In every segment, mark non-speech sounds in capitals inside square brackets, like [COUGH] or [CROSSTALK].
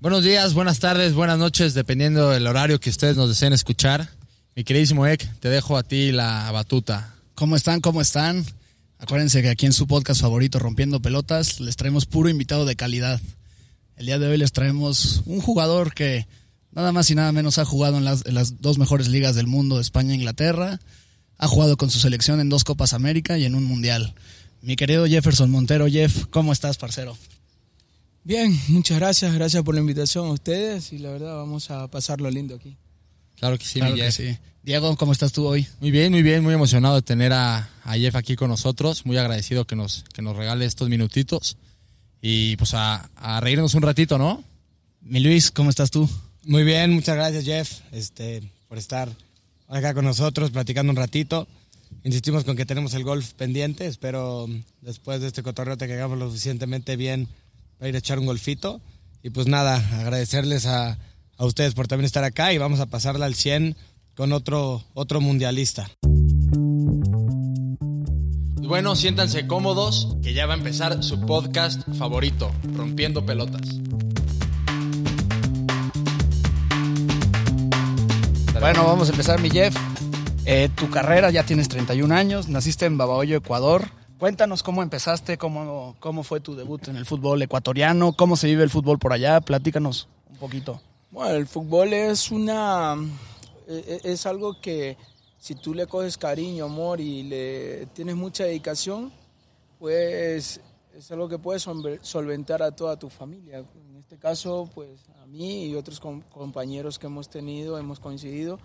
Buenos días, buenas tardes, buenas noches, dependiendo del horario que ustedes nos deseen escuchar. Mi queridísimo Ek, te dejo a ti la batuta. ¿Cómo están? ¿Cómo están? Acuérdense que aquí en su podcast favorito, Rompiendo Pelotas, les traemos puro invitado de calidad. El día de hoy les traemos un jugador que nada más y nada menos ha jugado en las, en las dos mejores ligas del mundo, España e Inglaterra. Ha jugado con su selección en dos Copas América y en un Mundial. Mi querido Jefferson Montero, Jeff, ¿cómo estás, parcero? Bien, muchas gracias, gracias por la invitación a ustedes y la verdad vamos a pasarlo lindo aquí. Claro que sí, Claro mi que Jeff. sí. Diego, ¿cómo estás tú hoy? Muy bien, muy bien, muy emocionado de tener a, a Jeff aquí con nosotros. Muy agradecido que nos, que nos regale estos minutitos. Y pues a, a reírnos un ratito, ¿no? Mi Luis, ¿cómo estás tú? Muy bien, muchas gracias Jeff este, por estar acá con nosotros platicando un ratito. Insistimos con que tenemos el golf pendiente, espero mm, después de este cotorreo te hagamos lo suficientemente bien para ir a echar un golfito. Y pues nada, agradecerles a, a ustedes por también estar acá y vamos a pasarla al 100 con otro, otro mundialista. Y Bueno, siéntanse cómodos, que ya va a empezar su podcast favorito, Rompiendo Pelotas. Bueno, vamos a empezar, mi Jeff. Eh, tu carrera, ya tienes 31 años, naciste en Babahoyo, Ecuador. Cuéntanos cómo empezaste, cómo, cómo fue tu debut en el fútbol ecuatoriano, cómo se vive el fútbol por allá, platícanos un poquito. Bueno, el fútbol es una e- e- es algo que si tú le coges cariño, amor y le tienes mucha dedicación, pues es algo que puedes solve- solventar a toda tu familia. En este caso, pues a mí y otros com- compañeros que hemos tenido, hemos coincidido,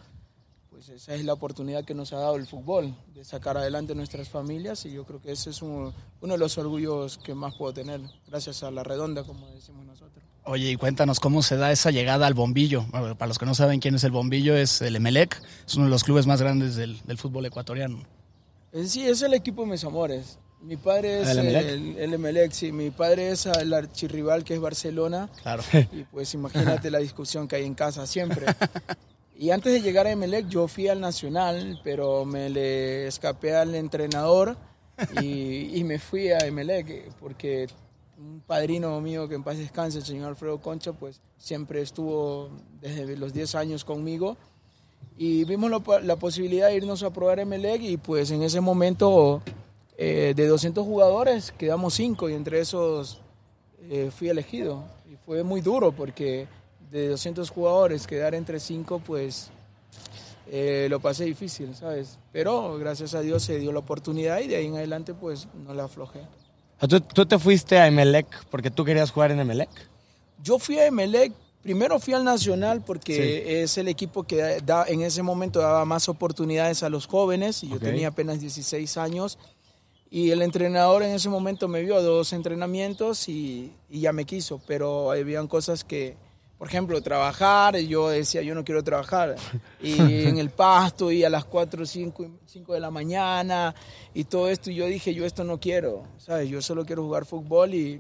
pues esa es la oportunidad que nos ha dado el fútbol, de sacar adelante nuestras familias y yo creo que ese es un- uno de los orgullos que más puedo tener, gracias a la redonda, como decimos nosotros. Oye, y cuéntanos cómo se da esa llegada al bombillo. Bueno, para los que no saben quién es el bombillo, es el Emelec, es uno de los clubes más grandes del, del fútbol ecuatoriano. En sí, es el equipo de mis amores. Mi padre es ¿El el Emelec? el, Emelec, sí. Mi padre es el archirrival que es Barcelona. [LAUGHS] Claro. Y pues imagínate la discusión que hay en casa siempre. Y antes de llegar a Emelec, yo fui al Nacional, pero me le escapé al entrenador y, y me fui a Emelec porque un padrino mío que en paz descanse, el señor Alfredo Concha, pues siempre estuvo desde los 10 años conmigo y vimos la po- la posibilidad de irnos a probar Emelec y pues en ese momento eh, de 200 jugadores quedamos 5 y entre esos eh, fui elegido. Y fue muy duro porque de 200 jugadores quedar entre 5 pues eh, lo pasé difícil, ¿sabes? Pero gracias a Dios se dio la oportunidad y de ahí en adelante pues no la aflojé. Ah, ¿Tú, tú te fuiste a Emelec porque tú querías jugar en Emelec? Yo fui a Emelec, primero fui al Nacional porque es el equipo que da- da- en ese momento daba más oportunidades a los jóvenes y yo Ok. tenía apenas 16 años y el entrenador en ese momento me vio dos entrenamientos y, y ya me quiso, pero habían cosas que, por ejemplo, trabajar, y yo decía yo no quiero trabajar y en el pasto y a las 4 o 5, y- 5 de la mañana y todo esto y yo dije yo esto no quiero, ¿sabes? Yo solo quiero jugar fútbol y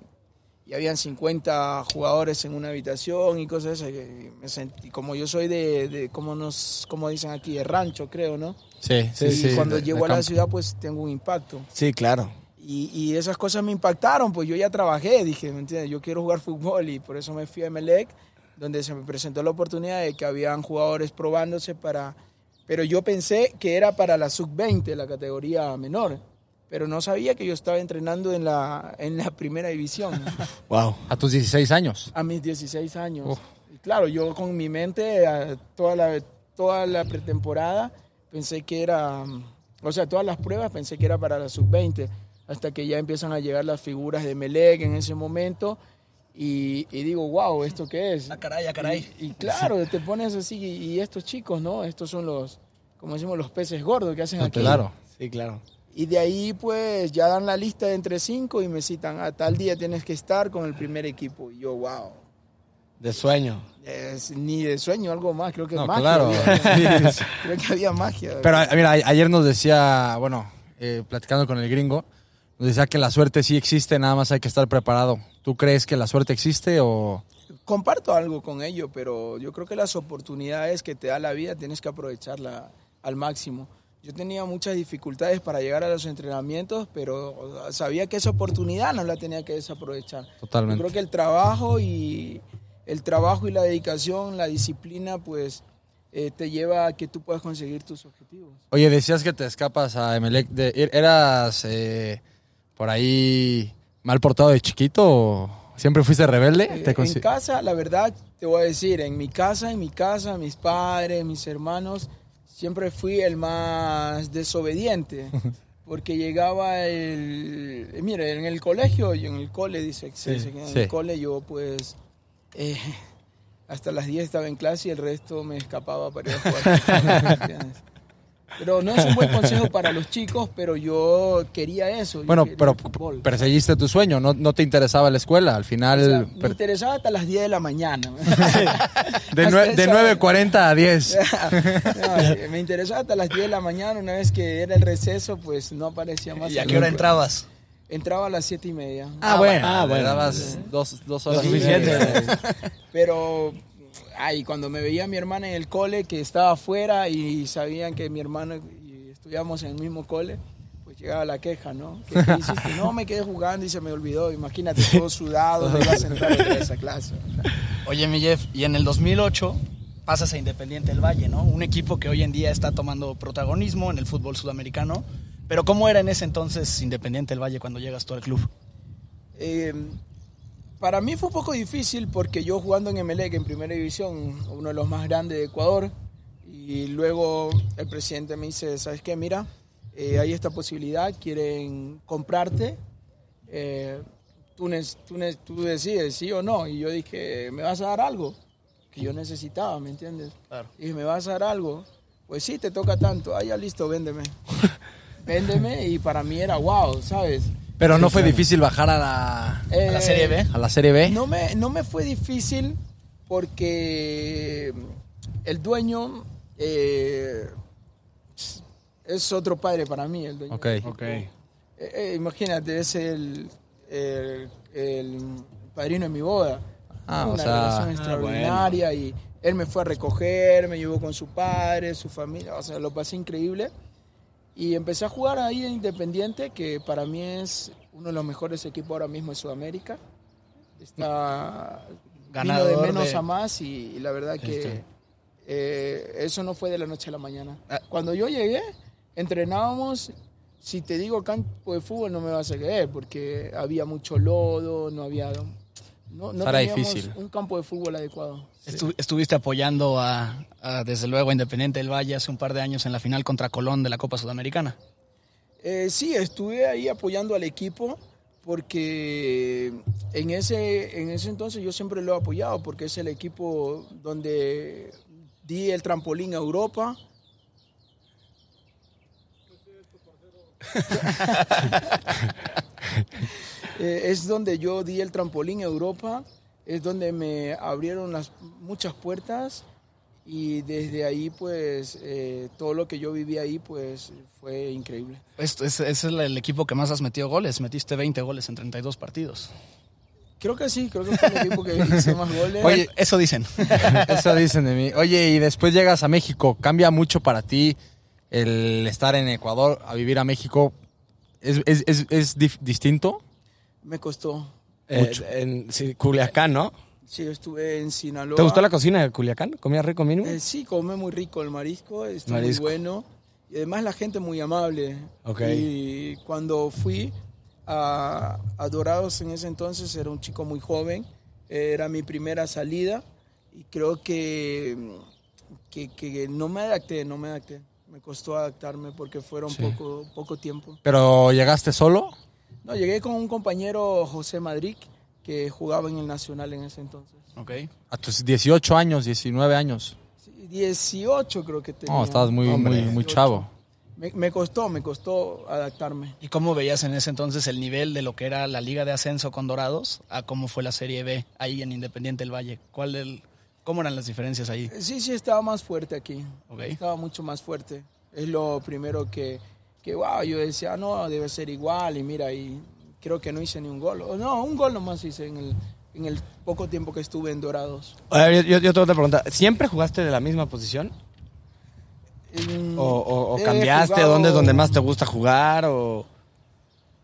y habían 50 jugadores en una habitación y cosas esas. y me sentí, como yo soy de, de como, nos, como dicen aquí, de rancho, creo, ¿no? Sí, sí, y sí. cuando de- de llego a la campo. ciudad, pues tengo un impacto. Sí, claro. Y, y esas cosas me impactaron, pues yo ya trabajé, dije, ¿me entiendes? Yo quiero jugar fútbol y por eso me fui a Melec, donde se me presentó la oportunidad de que habían jugadores probándose para... Pero yo pensé que era para la sub-20, la categoría menor, pero no sabía que yo estaba entrenando en la, en la primera división. Wow. A tus 16 años. A mis 16 años. Uf. Y claro, yo con mi mente eh, toda la, toda la pretemporada pensé que era, mm, o sea, todas las pruebas pensé que era para la sub-20, hasta que ya empiezan a llegar las figuras de Melec en ese momento y, y digo, wow, ¿esto qué es? caray, ah, Y, y claro, te pones así y, y estos chicos, ¿no? Estos son los, como decimos, los peces gordos que hacen aquí. Ah, Claro. Sí, claro. Y de ahí pues ya dan la lista de entre cinco y me citan, a tal día tienes que estar con el primer equipo. Y yo, wow. De sueño. Es ni de sueño, algo más, creo que No, magia. claro. había. [LAUGHS] creo que había magia. Pero eh, a- mira, a- ayer nos decía, bueno, eh, platicando con el gringo, nos decía que la suerte sí existe, nada más hay que estar preparado. ¿Tú crees que la suerte existe o...? Comparto algo con ello, pero yo creo que las oportunidades que te da la vida tienes que aprovecharla al máximo. Yo tenía muchas dificultades para llegar a los entrenamientos, pero sabía que esa oportunidad no la tenía que desaprovechar. Yo Totalmente. creo que el trabajo y, el trabajo y la dedicación, la disciplina, pues eh, te lleva a que tú puedas conseguir tus objetivos. Oye, decías que te escapas a Emelec. De, er- ¿Eras eh, por ahí mal portado de chiquito o siempre fuiste rebelde? Eh, ¿Te en consi- casa, la verdad, te voy a decir, en mi casa, en mi casa, mis padres, mis hermanos, siempre fui el más [LAUGHS] desobediente. Porque llegaba el... eh, Mire, en el colegio, y en el cole, dice, Sí, dice que en sí. el cole yo pues... eh, hasta las 10 estaba en clase y el resto me escapaba para ir a [LAUGHS] jugar. ¿Entiendes? pero no es un buen consejo para los chicos, pero yo quería eso. yo Bueno, quería pero el fútbol. perseguiste tu sueño, no, no te interesaba la escuela. Al final, O sea, me per- interesaba hasta las 10 de la mañana. [LAUGHS] de, hasta nue- de esa- 9.40 a 10. No, me interesaba hasta las 10 de la mañana. Una vez que era el receso, pues no aparecía más. ¿Y a qué hora alumno. entrabas? Entraba a las 7 y media. Ah, bueno. Ah, le bueno. dabas dos, dos horas. y suficiente. media. Pero, ay, cuando me veía a mi hermana en el cole, que estaba afuera y sabían que mi hermano y estudiamos en el mismo cole, pues llegaba la queja, ¿no? ¿Qué, qué hiciste? No, me quedé jugando y se me olvidó. Imagínate, todo sudado, me iba a sentar en esa clase. Oye, mi Jeff, y en el 2008 pasas a Independiente del Valle, ¿no? Un equipo que hoy en día está tomando protagonismo en el fútbol sudamericano. Pero ¿cómo era en ese entonces Independiente del Valle cuando llegas tú al club? Eh, para mí fue un poco difícil porque yo jugando en Emelec en primera división, uno de los más grandes de Ecuador, y luego el presidente me dice, ¿sabes qué? Mira, eh, hay esta posibilidad, quieren comprarte, eh, tú, ne- tú ne- tú decides sí o no, y yo dije, ¿me vas a dar algo? Que yo necesitaba, ¿me entiendes? Claro. Y dije, ¿me vas a dar algo? Pues sí, te toca tanto, ah, ya [LAUGHS] listo, véndeme. véndeme, y para mí era wow, ¿sabes? Pero no fue difícil bajar a la, A la Serie B. a la Serie B. No me, no me fue difícil porque el dueño eh, es otro padre para mí. El dueño. Ok. Eh, eh, imagínate, es el, el- el padrino de mi boda. Ah, Una o relación sea, extraordinaria y él me fue a recoger, me llevó con su padre, su familia, o sea, lo pasé increíble. Y empecé a jugar ahí en Independiente, que para mí es uno de los mejores equipos ahora mismo en Sudamérica. Está ganado de Ganador menos de- a más y, y la verdad Este. que eh, eso no fue de la noche a la mañana. Ah. Cuando yo llegué, entrenábamos. Si te digo campo de fútbol no me vas a creer porque había mucho lodo, no había no, no Era teníamos difícil. un campo de fútbol adecuado. Estu- estuviste apoyando a, a, desde luego, a Independiente del Valle hace un par de años en la final contra Colón de la Copa Sudamericana. Eh, sí, estuve ahí apoyando al equipo porque en ese, en ese entonces yo siempre lo he apoyado porque es el equipo donde di el trampolín a Europa. [LAUGHS] Eh, es donde yo di el trampolín a Europa, es donde me abrieron las, muchas puertas y desde ahí pues eh, todo lo que yo viví ahí pues fue increíble. Esto es, es el, el equipo que más has metido goles. Metiste 20 goles en 32 partidos. Creo que sí, creo que fue el equipo que [LAUGHS] hizo más goles. Oye, eso dicen. Eso dicen de mí. Oye, y después llegas a México. ¿Cambia mucho para ti el estar en Ecuador a vivir a México? ¿Es, es- es- es dif- distinto? me costó. Eh, en sí, Culiacán, ¿no? Sí, yo estuve en Sinaloa. ¿Te gustó la cocina de Culiacán? ¿Comías rico mínimo? Eh, sí, come muy rico el marisco, está Marisco. muy bueno. Y además la gente muy amable. Ok. Y cuando fui a, a Dorados en ese entonces, era un chico muy joven, era mi primera salida y creo que, que, que no me adapté, no me adapté. Me costó adaptarme porque fueron poco, poco tiempo. ¿Pero llegaste solo? No, llegué con un compañero José Madrid que jugaba en el Nacional en ese entonces. [LAUGHS] Ok. A tus 18 años, 19 años. Sí, 18 creo que tenía. No, Oh, estabas muy, muy, Hombre. muy 18. chavo. Me, me costó, me costó adaptarme. ¿Y cómo veías en ese entonces el nivel de lo que era la Liga de Ascenso con Dorados a cómo fue la Serie B ahí en Independiente del Valle? ¿Cuál el, ¿Cómo eran las diferencias ahí? Eh, Sí, sí, estaba más fuerte aquí. Ok. Estaba mucho más fuerte. Es lo primero que, que, wow, yo decía, "Ah, no, debe ser igual. Y mira, y creo que no hice ni un gol. O no, un gol nomás hice en el, en el poco tiempo que estuve en Dorados. A ver, yo, yo tengo otra pregunta. ¿Siempre jugaste de la misma posición? Mm, ¿O, o- o he cambiaste? jugado- ¿Dónde es donde más te gusta jugar? ¿O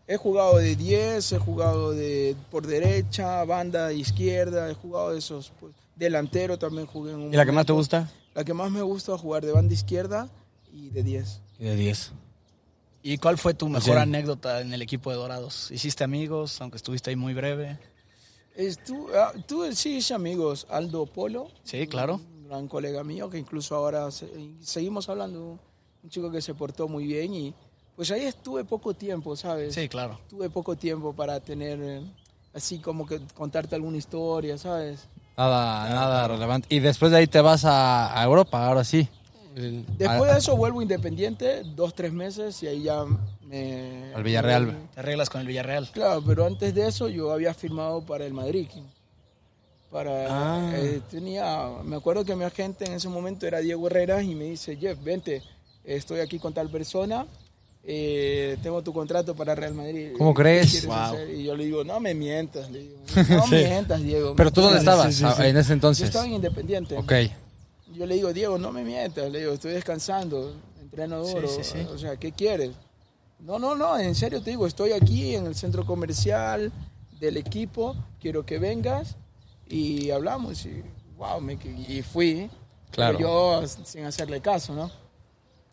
He jugado de 10, he jugado de por derecha, banda izquierda, he jugado de esos. pues, delantero también jugué en un ¿Y la que más momento. te gusta? La que más me gusta jugar de banda izquierda y de 10. De 10. ¿Y cuál fue tu mejor Sí. anécdota en el equipo de Dorados? ¿Hiciste amigos, aunque estuviste ahí muy breve? Es tú, ah, tú, sí, sí, amigos, Aldo Polo. Sí, claro. Un gran colega mío que incluso ahora se- seguimos hablando. Un chico que se portó muy bien y pues ahí estuve poco tiempo, ¿sabes? Sí, claro. Tuve poco tiempo para tener, eh, así como que contarte alguna historia, ¿sabes? Nada, nada relevante. Y después de ahí te vas a, a Europa, ahora sí. Después Ah. de eso vuelvo independiente, dos, tres meses y ahí ya me... Al Villarreal. Te arreglas con el Villarreal. Claro, pero antes de eso yo había firmado para el Madrid. Para, Ah. eh, tenía, me acuerdo que mi agente en ese momento era Diego Herrera y me dice, Jeff, vente, estoy aquí con tal persona, eh, tengo tu contrato para Real Madrid. ¿Cómo ¿Qué crees? quieres Wow. hacer?" Y yo le digo, no me mientas, le digo, [LAUGHS] no mientas, Diego. Pero tú dónde Sí, estabas sí, sí, sí. en ese Yo entonces. estaba en Independiente. Ok. Yo le digo, Diego, no me mientas, le digo, estoy descansando, entreno Sí, duro, sí, sí. o sea, ¿qué quieres? No, no, no, en serio te digo, estoy aquí en el centro comercial del equipo, quiero que vengas y hablamos y wow, me, que- y fui, Claro. pero yo sin hacerle caso, ¿no?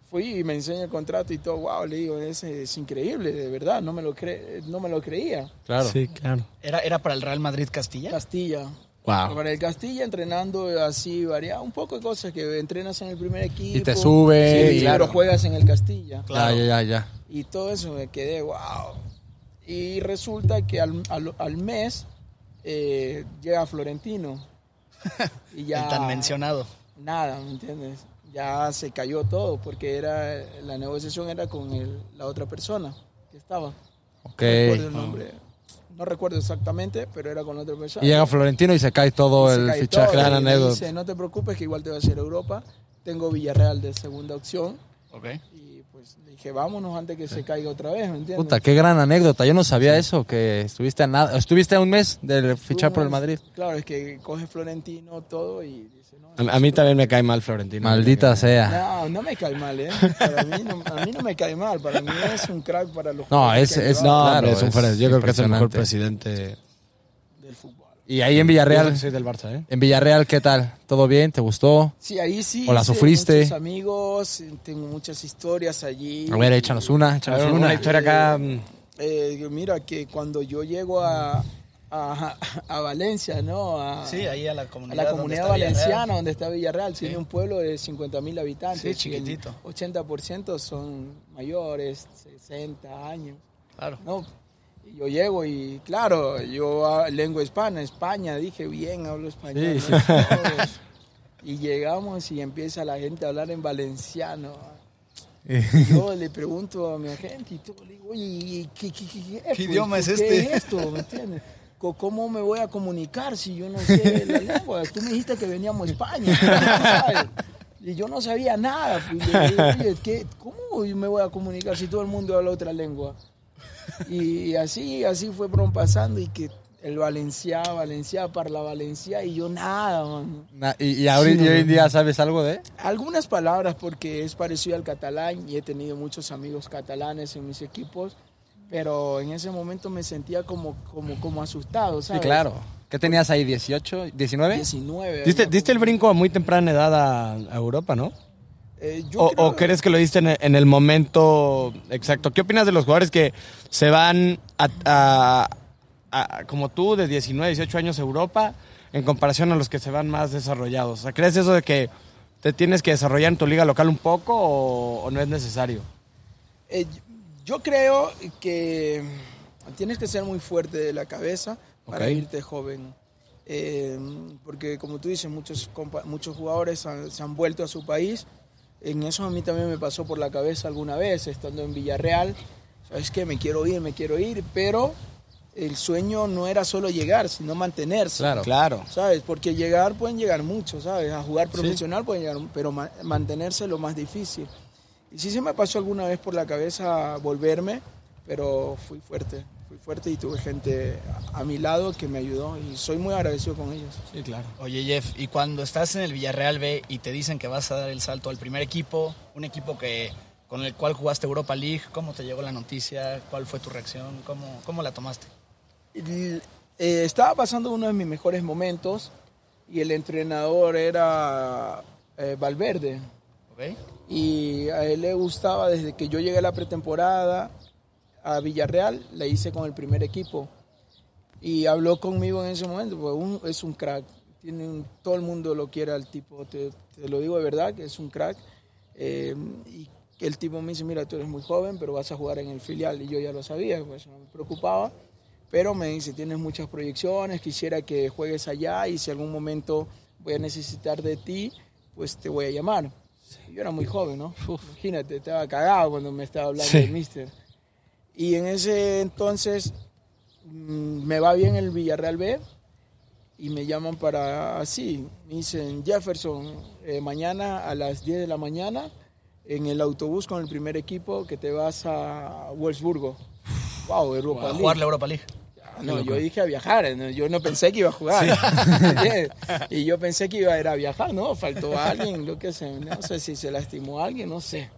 Fui y me enseñó el contrato y todo, wow, le digo, es, es increíble, de verdad, no me lo, cre- no me lo creía. Claro. Sí, claro. ¿Era, ¿Era para el Real Madrid Castilla? Castilla, Wow. para el Castilla entrenando así varía un poco de cosas que entrenas en el primer equipo Y te sube. sí, y- claro juegas en el Castilla Ya, ya, ya, ya. y todo eso me quedé wow y resulta que al, al- al mes eh, llega [LAUGHS] Florentino y ya El tan mencionado. nada ¿me entiendes? ya se cayó todo porque era la negociación era con el- la otra persona que estaba Ok. no Ah. recuerdo el nombre no recuerdo exactamente pero era con la otra persona Y llega Florentino y se cae todo y se el cae fichaje. todo, Gran y me anécdota. dice, no te preocupes que igual te va a hacer Europa. Tengo Villarreal de segunda opción. Ok. Y pues le dije, vámonos antes que se caiga otra vez, ¿me entiendes? Puta, qué gran anécdota. Yo no sabía eso, que estuviste a nada. Estuviste a un mes de fichar por el Madrid. Claro, es que coge Florentino todo y dice, no. A, a mí también me cae mal Florentino. Maldita sea. No, no me cae mal, ¿eh? Para mí no, a mí no me cae mal, para mí es un crack para los No, jugadores es- que ha es- llevado No, Claro, hombre, es un es fuera- Yo creo que es el mejor impresionante. presidente. del fútbol. Y ahí en Yo Villarreal, soy del Barça, ¿eh? en Villarreal, ¿qué tal? ¿Todo bien? ¿Te gustó? Sí, ahí sí. O la hice sufriste. Muchos amigos, tengo muchas historias allí. A ver, échanos una, A ver, échanos una una. historia acá. mm, Eh, mira, que cuando yo llego a, a, a Valencia, ¿no? A, Sí, ahí a la a comunidad. la donde comunidad está Villarreal. valenciana donde está Villarreal. Tiene un pueblo de 50.000 habitantes. Sí, chiquitito. y el 80% son mayores, 60 años. Claro. ¿no? Y yo llego y, claro, yo ah, lengua hispana, España, dije bien, hablo español. Sí, ¿no? Todos. Y llegamos y empieza la gente a hablar [LAUGHS] en valenciano. Yo le pregunto a mi agente y todo, le digo, oye, ¿y ¿qué, qué- qué- qué- pues, idioma es ¿qué este? es esto? ¿Me entiendes? Co- ¿Cómo me voy a comunicar si yo no sé la lengua? Tú me dijiste que veníamos a España. ¿sabes? Y yo no sabía nada. pues, le digo, "Oye, ¿qué- ¿Cómo me voy a comunicar si todo el mundo habla otra lengua? Y así, así fue fueron pasando y que el Valencia, Valencia, parla Valencia y yo nada, man. Na- y, y ahora- y hoy en día sabes algo de? Algunas palabras porque es parecido al catalán y he tenido muchos amigos catalanes en mis equipos, pero en ese momento me sentía como, como, como asustado, Sí, ¿sabes? claro. ¿Qué tenías ahí? ¿18? ¿19? 19. ¿Diste, ¿no? diste el brinco a muy temprana edad a, a Europa, ¿no? Eh, yo O, creo- o crees que lo diste en, en el momento exacto? ¿Qué opinas de los jugadores que se van a, a- a- como tú, de 19, 18 años a Europa, en comparación a los que se van más desarrollados? O sea, ¿Crees eso de que te tienes que desarrollar en tu liga local un poco o, o no es necesario? Eh, yo creo que tienes que ser muy fuerte de la cabeza para Ok. irte joven. Eh, porque como tú dices, muchos, compa- muchos jugadores han- se han vuelto a su país. En eso a mí también me pasó por la cabeza alguna vez, estando en Villarreal. Sabes que me quiero ir, me quiero ir, pero el sueño no era solo llegar, sino mantenerse. Claro. Claro. ¿Sabes? Porque llegar pueden llegar muchos, ¿sabes? A jugar profesional pueden llegar, pero ma- mantenerse es lo más difícil. Y sí se me pasó alguna vez por la cabeza volverme, pero fui fuerte, fui fuerte y tuve gente a, a mi lado que me ayudó y soy muy agradecido con ellos. Sí, claro. Oye, Jeff, y cuando estás en el Villarreal B y te dicen que vas a dar el salto al primer equipo, un equipo que con el cual jugaste Europa League. ¿Cómo te llegó la noticia? ¿Cuál fue tu reacción? ¿Cómo, cómo la tomaste? Eh, estaba pasando uno de mis mejores momentos y el entrenador era eh, Valverde. ¿Ok? Y a él le gustaba desde que yo llegué a la pretemporada a Villarreal, la hice con el primer equipo. Y habló conmigo en ese momento, pues un- es un crack. Tiene un- todo el mundo lo quiere al tipo, te, te lo digo de verdad, que es un crack. Eh, y el tipo me dice, mira, tú eres muy joven, pero vas a jugar en el filial. Y yo ya lo sabía, pues no me preocupaba. Pero me dice, tienes muchas proyecciones, quisiera que juegues allá y si algún momento voy a necesitar de ti, pues te voy a llamar. Yo era muy joven, ¿no? Imagínate, estaba cagado cuando me estaba hablando Sí. el mister. Y en ese entonces mm, me va bien el Villarreal B y me llaman para así. Me dicen, Jefferson, eh, mañana a las 10 de la mañana en el autobús con el primer equipo que te vas a Wolfsburgo. Wow, Europa A League. jugar la Europa League. Ah, No, yo dije a viajar, no, yo no pensé que iba a jugar. [LAUGHS] ¿entiendes? Y yo pensé que iba a ir a viajar, no, faltó alguien, lo que sé, no sé si se lastimó alguien, no sé.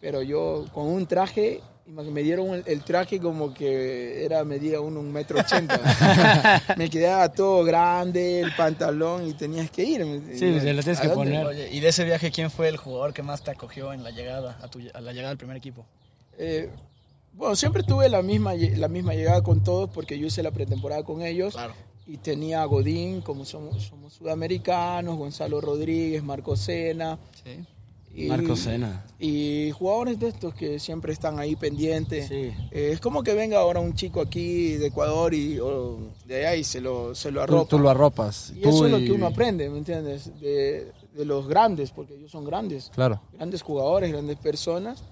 Pero yo con un traje, imag- me dieron el, el traje como que era medía uno un metro [LAUGHS] ochenta. me quedaba todo grande, el pantalón y tenías que ir. Sí, pues, te lo tienes ¿A que dónde? poner. Oye, y de ese viaje, ¿quién fue el jugador que más te acogió en la llegada, a, tu- a la llegada del primer equipo? Eh, bueno, siempre tuve la misma, lle- la misma llegada con todos porque yo hice la pretemporada con ellos. Claro. y tenía a Godín, como somos, somos sudamericanos, Gonzalo Rodríguez, Marco Sena. Sí. Y, Marco Sena. Y jugadores de estos que siempre están ahí pendientes. Sí. Eh, es como que venga ahora un chico aquí de Ecuador y o de allá y se lo, se lo Tú, arropa. tú lo arropas. y tú eso es lo y- que uno aprende, ¿me entiendes? De, de los grandes, porque ellos son grandes Claro. grandes jugadores, grandes personas.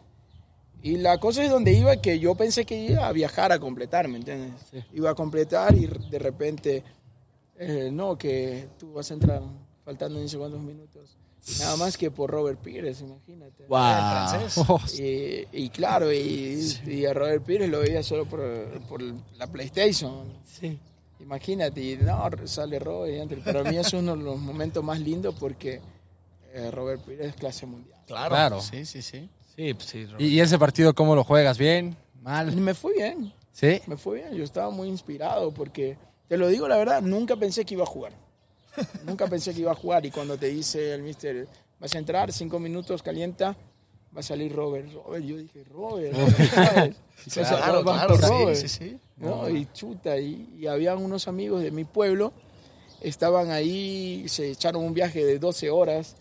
Y la cosa es donde iba que yo pensé que iba a viajar a completar, ¿me entiendes? Iba a completar y de repente, eh, no, que tú vas a entrar faltando no sé cuántos minutos. Nada más que por Robert Pires, imagínate. Ah, el francés. Y, y claro, y, y a Robert Pires lo veía solo por, por la PlayStation. Sí. Imagínate, y no, sale Robert. y entra. Para mí es uno de los momentos más lindos porque eh, Robert Pires es clase mundial. Claro. Claro. Sí, sí, sí. Sí, pues sí. ¿Y, y ese partido cómo lo juegas? ¿Bien? ¿Mal? Me fue bien, ¿Sí? me fue bien. Yo estaba muy inspirado porque, te lo digo la verdad, nunca pensé que iba a jugar. nunca pensé que iba a jugar. Y cuando te dice el mister, vas a entrar, cinco minutos, calienta, va a salir Robert. Robert, yo dije, Robert. [LAUGHS] ¿sabes? O sea, Claro, vas claro, por sí, Robert, sí, sí. ¿no? Y chuta, y, y habían unos amigos de mi pueblo, estaban ahí, se echaron un viaje de 12 horas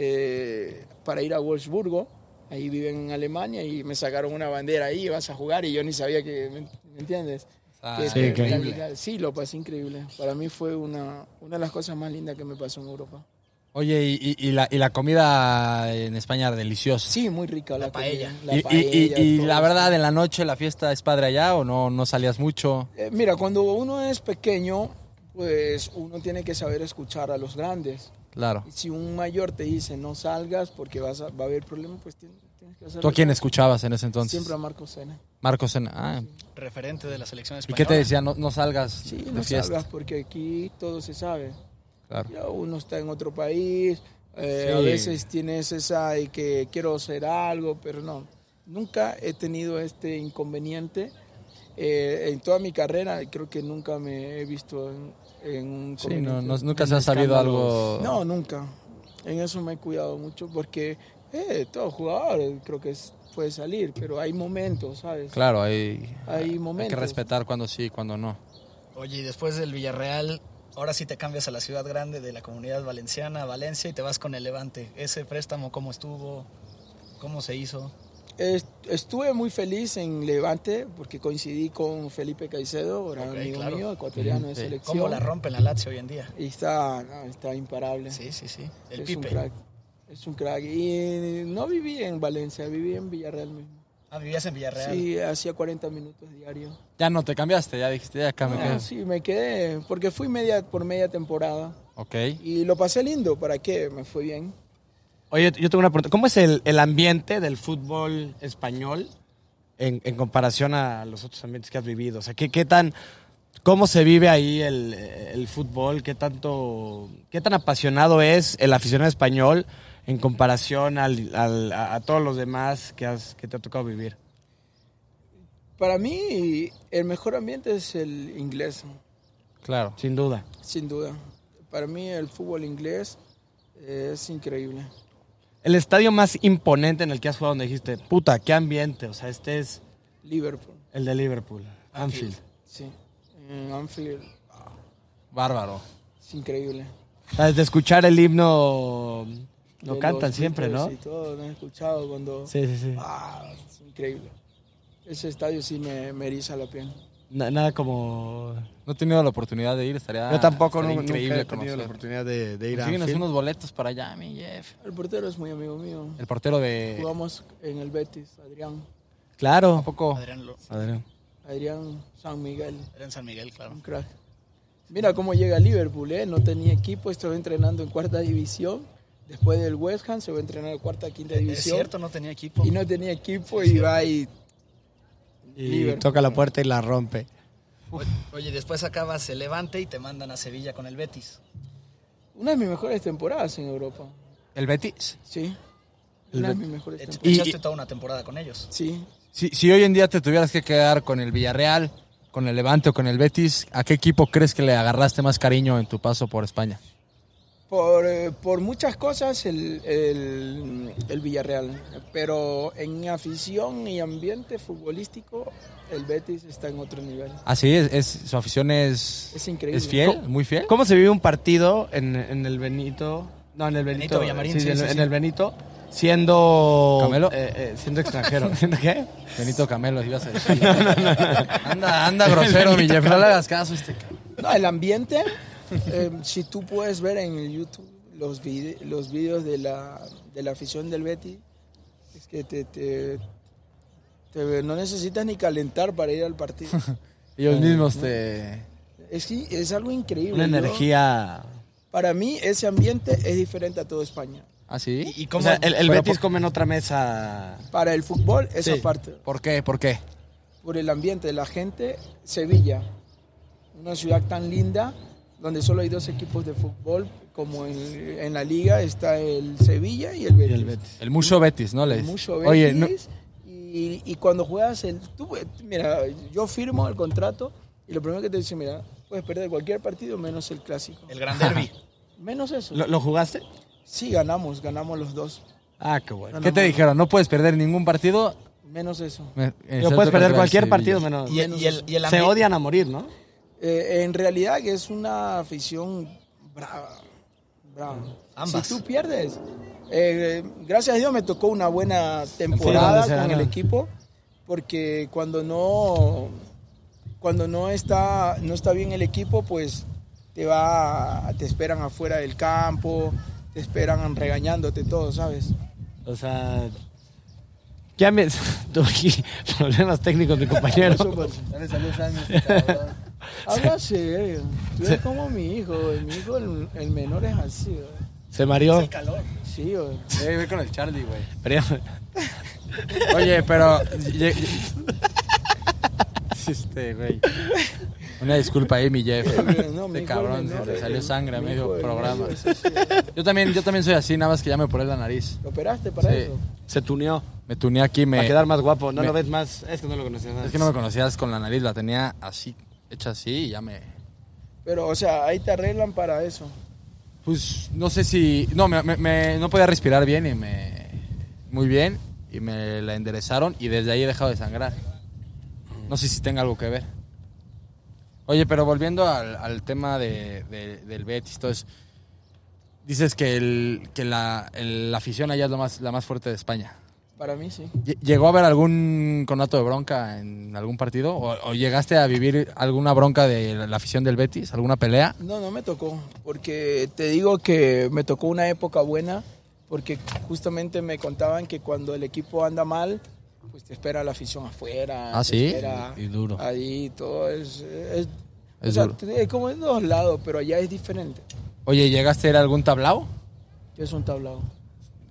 eh, para ir a Wolfsburgo. Ahí viven en Alemania y me sacaron una bandera ahí, vas a jugar y yo ni sabía que, ¿me, me entiendes? Ah, Que- sí, que- increíble. la- sí, lo pasé increíble. Para mí fue una, una de las cosas más lindas que me pasó en Europa. Oye, y, y- y la, y la comida en España deliciosa. Sí, muy rica la, La paella. comida, la Y, y- y- paella, y todo la eso. verdad, en la noche la fiesta es padre allá o no, no salías mucho. Eh, mira, cuando uno es pequeño, pues uno tiene que saber escuchar a los grandes. Claro. Y Si un mayor te dice no salgas porque vas a- va a haber problemas, pues tien- tienes que hacerlo. ¿Tú a quién escuchabas en ese entonces? Siempre a Marco Sena. Marcos en... Ah. Referente de la selección ¿Y española. qué te decía? No, no salgas Sí, de no fiesta. salgas porque aquí todo se sabe. Claro. Ya uno está en otro país, eh, a Sí. veces tienes esa de que quiero hacer algo, pero no. Nunca he tenido este inconveniente. Eh, en toda mi carrera creo que nunca me he visto en, en un Sí, no, no- inconveniente. nunca se ha sabido algo... No, nunca. En eso me he cuidado mucho porque eh, todo jugador eh, creo que es- puede salir, pero hay momentos, ¿sabes? Claro, hay, Hay hay momentos. que respetar cuando sí y cuando no. Oye, y después del Villarreal, ahora sí te cambias a la ciudad grande de la comunidad valenciana, a Valencia, y te vas con el Levante. ¿Ese préstamo cómo estuvo? ¿Cómo se hizo? Est- Estuve muy feliz en Levante porque coincidí con Felipe Caicedo, gran Ok, amigo claro. mío, ecuatoriano de Sí. selección. ¿Cómo la rompen la Lazio hoy en día? y está, no, está imparable. Sí, sí, sí. El es un Pipe. crack. Es un crack. Y eh, no viví en Valencia, viví en Villarreal mismo. Ah, vivías en Villarreal. Sí, hacía 40 minutos diarios. Ah, Ya no te cambiaste, ya dijiste, ya acá Ah, me quedo. sí, me quedé porque fui media por media temporada. Ok. Y lo pasé lindo, ¿para qué? Me fue bien. Oye, yo tengo una pregunta. ¿Cómo es el, el ambiente del fútbol español en, en comparación a los otros ambientes que has vivido? O sea, ¿qué, qué tan, ¿cómo se vive ahí el, el fútbol? ¿Qué, tanto, ¿Qué tan apasionado es el aficionado español en comparación al- al- a, a todos los demás que, has, que te ha tocado vivir? Para mí, el mejor ambiente es el inglés, Claro. Sin duda. sin duda. Para mí, el fútbol inglés es increíble. El estadio más imponente en el que has jugado, donde dijiste, puta, qué ambiente. O sea, este es Liverpool, el de Liverpool, Anfield. sí. En Anfield, Bárbaro. es increíble. O sea, desde escuchar el himno, lo De cantan los siempre, ¿no? Beatles Y todo, lo he escuchado cuando... Sí, sí, sí. Ah, es increíble. Ese estadio sí me, me eriza la piel. Na- nada como No he tenido la oportunidad de ir, estaría. Yo tampoco, estaría nu- nunca Ah, increíble he tenido la conocer. oportunidad de, de ir a Consíguenos Anfield. unos boletos para allá, mi Jeff. El portero es muy amigo mío. El portero Eh. de. Jugamos en el Betis, Adrián. ¿A Claro. poco? Adrián, Lo- Adrián. Adrián San Miguel, Adrián San Miguel, claro. un crack. Mira cómo llega a Liverpool, ¿eh? No tenía equipo, estaba entrenando en cuarta división. Después del West Ham se va a entrenar en cuarta, quinta Es división. cierto, no tenía equipo. Y no tenía equipo y va y... Y Liverpool. toca la puerta y la rompe. Oye, después acabas el Levante y te mandan a Sevilla con el Betis. Una de mis mejores temporadas en Europa, ¿El Betis? sí. El Una de Bet- mis mejores Et- temporadas. Echaste toda una temporada con ellos. Sí, Si, si hoy en día te tuvieras que quedar con el Villarreal, con el Levante o con el Betis, ¿a qué equipo crees que le agarraste más cariño en tu paso por España? Por, eh, por muchas cosas el, el- el Villarreal, pero en afición y ambiente futbolístico el Betis está en otro nivel. Así Ah, es, es su afición es. Es increíble. Es fiel, muy fiel. ¿Cómo se vive un partido en, en el Benito? No, en el Benito Benito. Villamarín, sí, sí, en, sí, en sí. el Benito, siendo. ¿Camelo? eh, eh, siendo extranjero. ¿Siendo qué? Benito Camelo, ibas a decir. Anda, anda grosero, mi Jeff. No le hagas caso a este cabrón. No, el ambiente, eh, si tú puedes ver en el YouTube los, vide- los videos de la, de la afición del Betis, es que te, te- te- no necesitas ni calentar para ir al [LAUGHS] partido. Ellos mismos te. Es, que es algo increíble. Una ¿no? energía. Para mí ese ambiente es diferente a toda España. ¿Ah, sí? ¿Y, y O cómo? sea, el, el Pero Betis por- come en otra mesa. Para el fútbol, esa Sí. parte. ¿Por qué? ¿Por qué? por el ambiente, la gente, Sevilla, una ciudad tan linda donde solo hay dos equipos de fútbol, como en, en la liga está el Sevilla y el Betis. el Betis. El mucho Betis, ¿no? Les... Mucho Oye, no- Betis, y, y cuando juegas el... Tú, mira, yo firmo el contrato y lo primero que te dicen, mira, puedes perder cualquier partido menos el clásico. El Gran [LAUGHS] Derby. Menos eso. ¿Lo, lo jugaste? Sí, ganamos, ganamos los dos. Ah, qué bueno. ¿qué te dijeron? No puedes perder ningún partido. Menos eso. Me- Pero excepto puedes contra perder el cualquier Sevilla. partido menos. y, el- y el, y el Se ambi- odian a morir, ¿no? Eh, en realidad que es una afición brava. brava. Ambas. Si tú pierdes, eh, gracias a Dios me tocó una buena donde temporada se con gana. el equipo, porque cuando no, cuando no está, no está bien el equipo, pues te va, te esperan afuera del campo, te esperan regañándote todo, ¿sabes? O sea. Ya me. [LAUGHS] Tuve aquí problemas técnicos, mi compañero. Eso, pues, Habla serio. eh. Tú eres como mi hijo, güey. mi hijo el, el menor es así. güey. Se mareó. el calor. Sí, güey. Eh, ve con el Charlie, güey. Pero [LAUGHS] ya- Oye, pero. ye- este, güey. Una disculpa ahí, mi Jeff. No, mi este hijo cabrón, menor, se te eh, salió sangre a mi medio hijo, el programa. menor, sí, eh. sí. Yo también, yo también soy así, nada más que ya me operé la nariz. ¿Lo operaste para Sí. eso? se tuneó. Me tuneé aquí, me. Para quedar más guapo. No me- lo ves más. Es que no lo conocías antes. Es que no me conocías con la nariz, la tenía así, hecha así y ya me. Pero, o sea, ahí te arreglan para eso. Pues no sé si. No, me, me- me- no podía respirar bien y me. Muy bien. Y me la enderezaron y desde ahí he dejado de sangrar. No sé si tenga algo que ver. Oye, pero volviendo al, al tema de, de- del Betis, entonces. Dices que, el, que la, el- la afición allá es lo más, la más fuerte de España. Para mí sí. Lle- ¿Llegó a haber algún conato de bronca en algún partido? ¿O, o llegaste a vivir alguna bronca de la- la afición del Betis? ¿Alguna pelea? No, no me tocó. Porque te digo que me tocó una época buena. Porque justamente me contaban que cuando el equipo anda mal, pues te espera la afición afuera. Ah, te sí, espera y duro. Ahí todo es. es- Es o sea, duro. te- es como en dos lados, pero allá es diferente. Oye, ¿llegaste a ir a algún tablao? Es un tablado.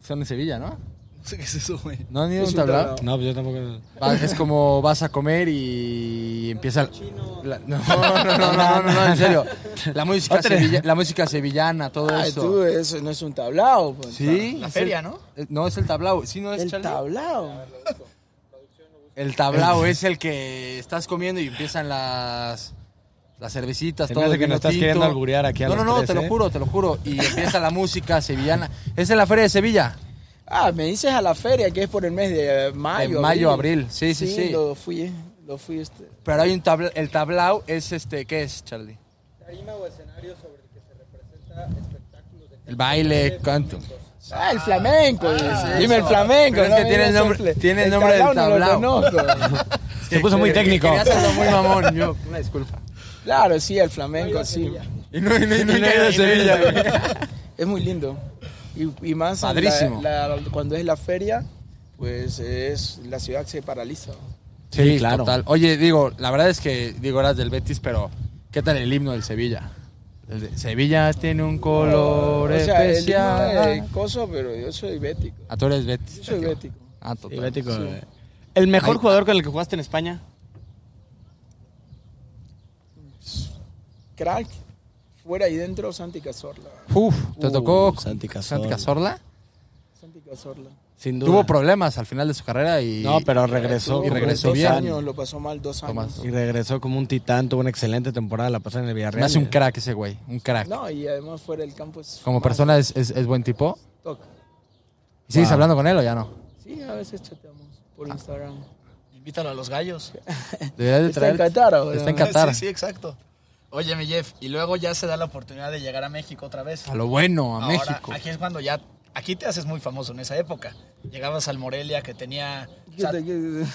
Son en Sevilla, ¿no? [LAUGHS] ¿Qué es eso, güey? ¿No han ido a Es un un tablao? tablao. No, pues yo tampoco. Va- es como vas a comer y empieza... La, [LAUGHS] no, no, no, no, no, no, no, en serio. La música, sevilla- la música sevillana, todo Ay, tú, eso. eh, eso no es un tablao. pues. ¿Sí? La es feria, el- ¿no? eh, No, es el tablao. ¿Sí no es, El Charlie? tablao. El tablao es el que estás comiendo y empiezan las las cervecitas, Se me todo hace el que vino nos estás tinto. queriendo alburear aquí a No, los no, no, tres, te lo ¿eh? juro, te lo juro. Y empieza la música sevillana. Es en la Feria de Sevilla. Ah, me dices a la feria que es por el mes de mayo. De mayo, abril. Sí, sí, sí. Lo fui, eh, lo fui. Este. Pero hay un tablao, el tablao es este, ¿qué es, Charlie? Tarima o escenario sobre el que se representa espectáculos de El baile, canto. Ah, el flamenco. dice. Dime el flamenco. Pero es que me tiene digas nombre- fle- tiene nombre del tablao. No lo conozco. [LAUGHS] Se puso muy técnico. Quería hacerlo muy mamón, yo, una disculpa. claro, sí, el flamenco, sí. Y no, y no, y no, Y no he ido a y no- Sevilla, güey. [LAUGHS] Es muy lindo. Y, y más en la- Padrísimo. la- cuando es la feria, pues es la ciudad se paraliza. Sí, claro. Oye, digo, la verdad es que digo eras del Betis, pero ¿qué tal el himno del Sevilla? El de, Sevilla tiene un color o sea, el himno especial. es coso, pero yo soy bético. Ah, tú eres Yo Betis. soy bético. Ah, total. ¿El mejor jugador con el que jugaste en España? Crack, fuera y dentro, Santi Cazorla. Uf, te Uh, tocó Santi Cazorla. Santi Cazorla. Santi Cazorla. Sin duda. Tuvo problemas al final de su carrera y. No, pero regresó. Y Ah, regresó dos bien. años, lo pasó mal dos Tomás. años. Y regresó como un titán, tuvo una excelente temporada, la pasó en el Me Villarreal. hace un crack ese güey, un crack. No, y además fuera del campo es... Como más persona es, es- es buen tipo. toc. ¿Y ¿Sigues Wow. hablando con él o ya no? Sí, a veces chateamos Ah. por Instagram. Invítalo a los gallos. Deberías de Está en traer- Qatar ahora. Está en Qatar. [LAUGHS] Sí, sí, exacto. Oye, mi Jeff, y luego ya se da la oportunidad de llegar a México otra vez. Ah, A lo bueno, a Ahora, México. Aquí es cuando ya. Aquí te haces muy famoso en esa época. Llegabas al Morelia que tenía. o sea, ¿Qué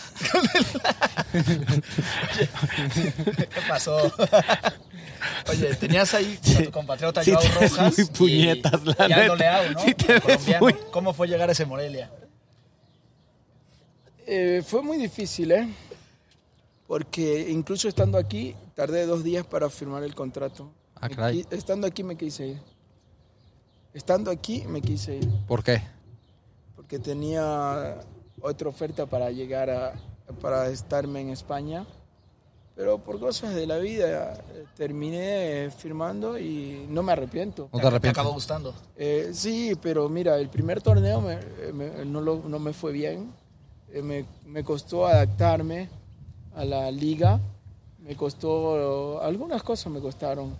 pasó? [LAUGHS] Oye, tenías ahí a tu compatriota [LAUGHS] sí Joao te ves Rojas. muy puñetas, y, la y Aldo neta. Leao, ¿no? Sí te ves Colombiano. muy- ¿Cómo fue llegar a ese Morelia? Eh, fue muy difícil, ¿eh? Porque incluso estando aquí, tardé dos días para firmar el contrato. Ah, Me caray. qui- Estando aquí me quise ir. Estando aquí me quise ir. ¿Por qué? Porque tenía otra oferta para llegar a... para estarme en España. Pero por cosas de la vida eh, terminé eh, firmando y no me arrepiento. No te arrepientes. acabó gustando. Eh, sí, pero mira, el primer torneo me- eh, me- no, lo- no me fue bien. Eh, me, me costó adaptarme a la liga. Me costó, algunas cosas me costaron.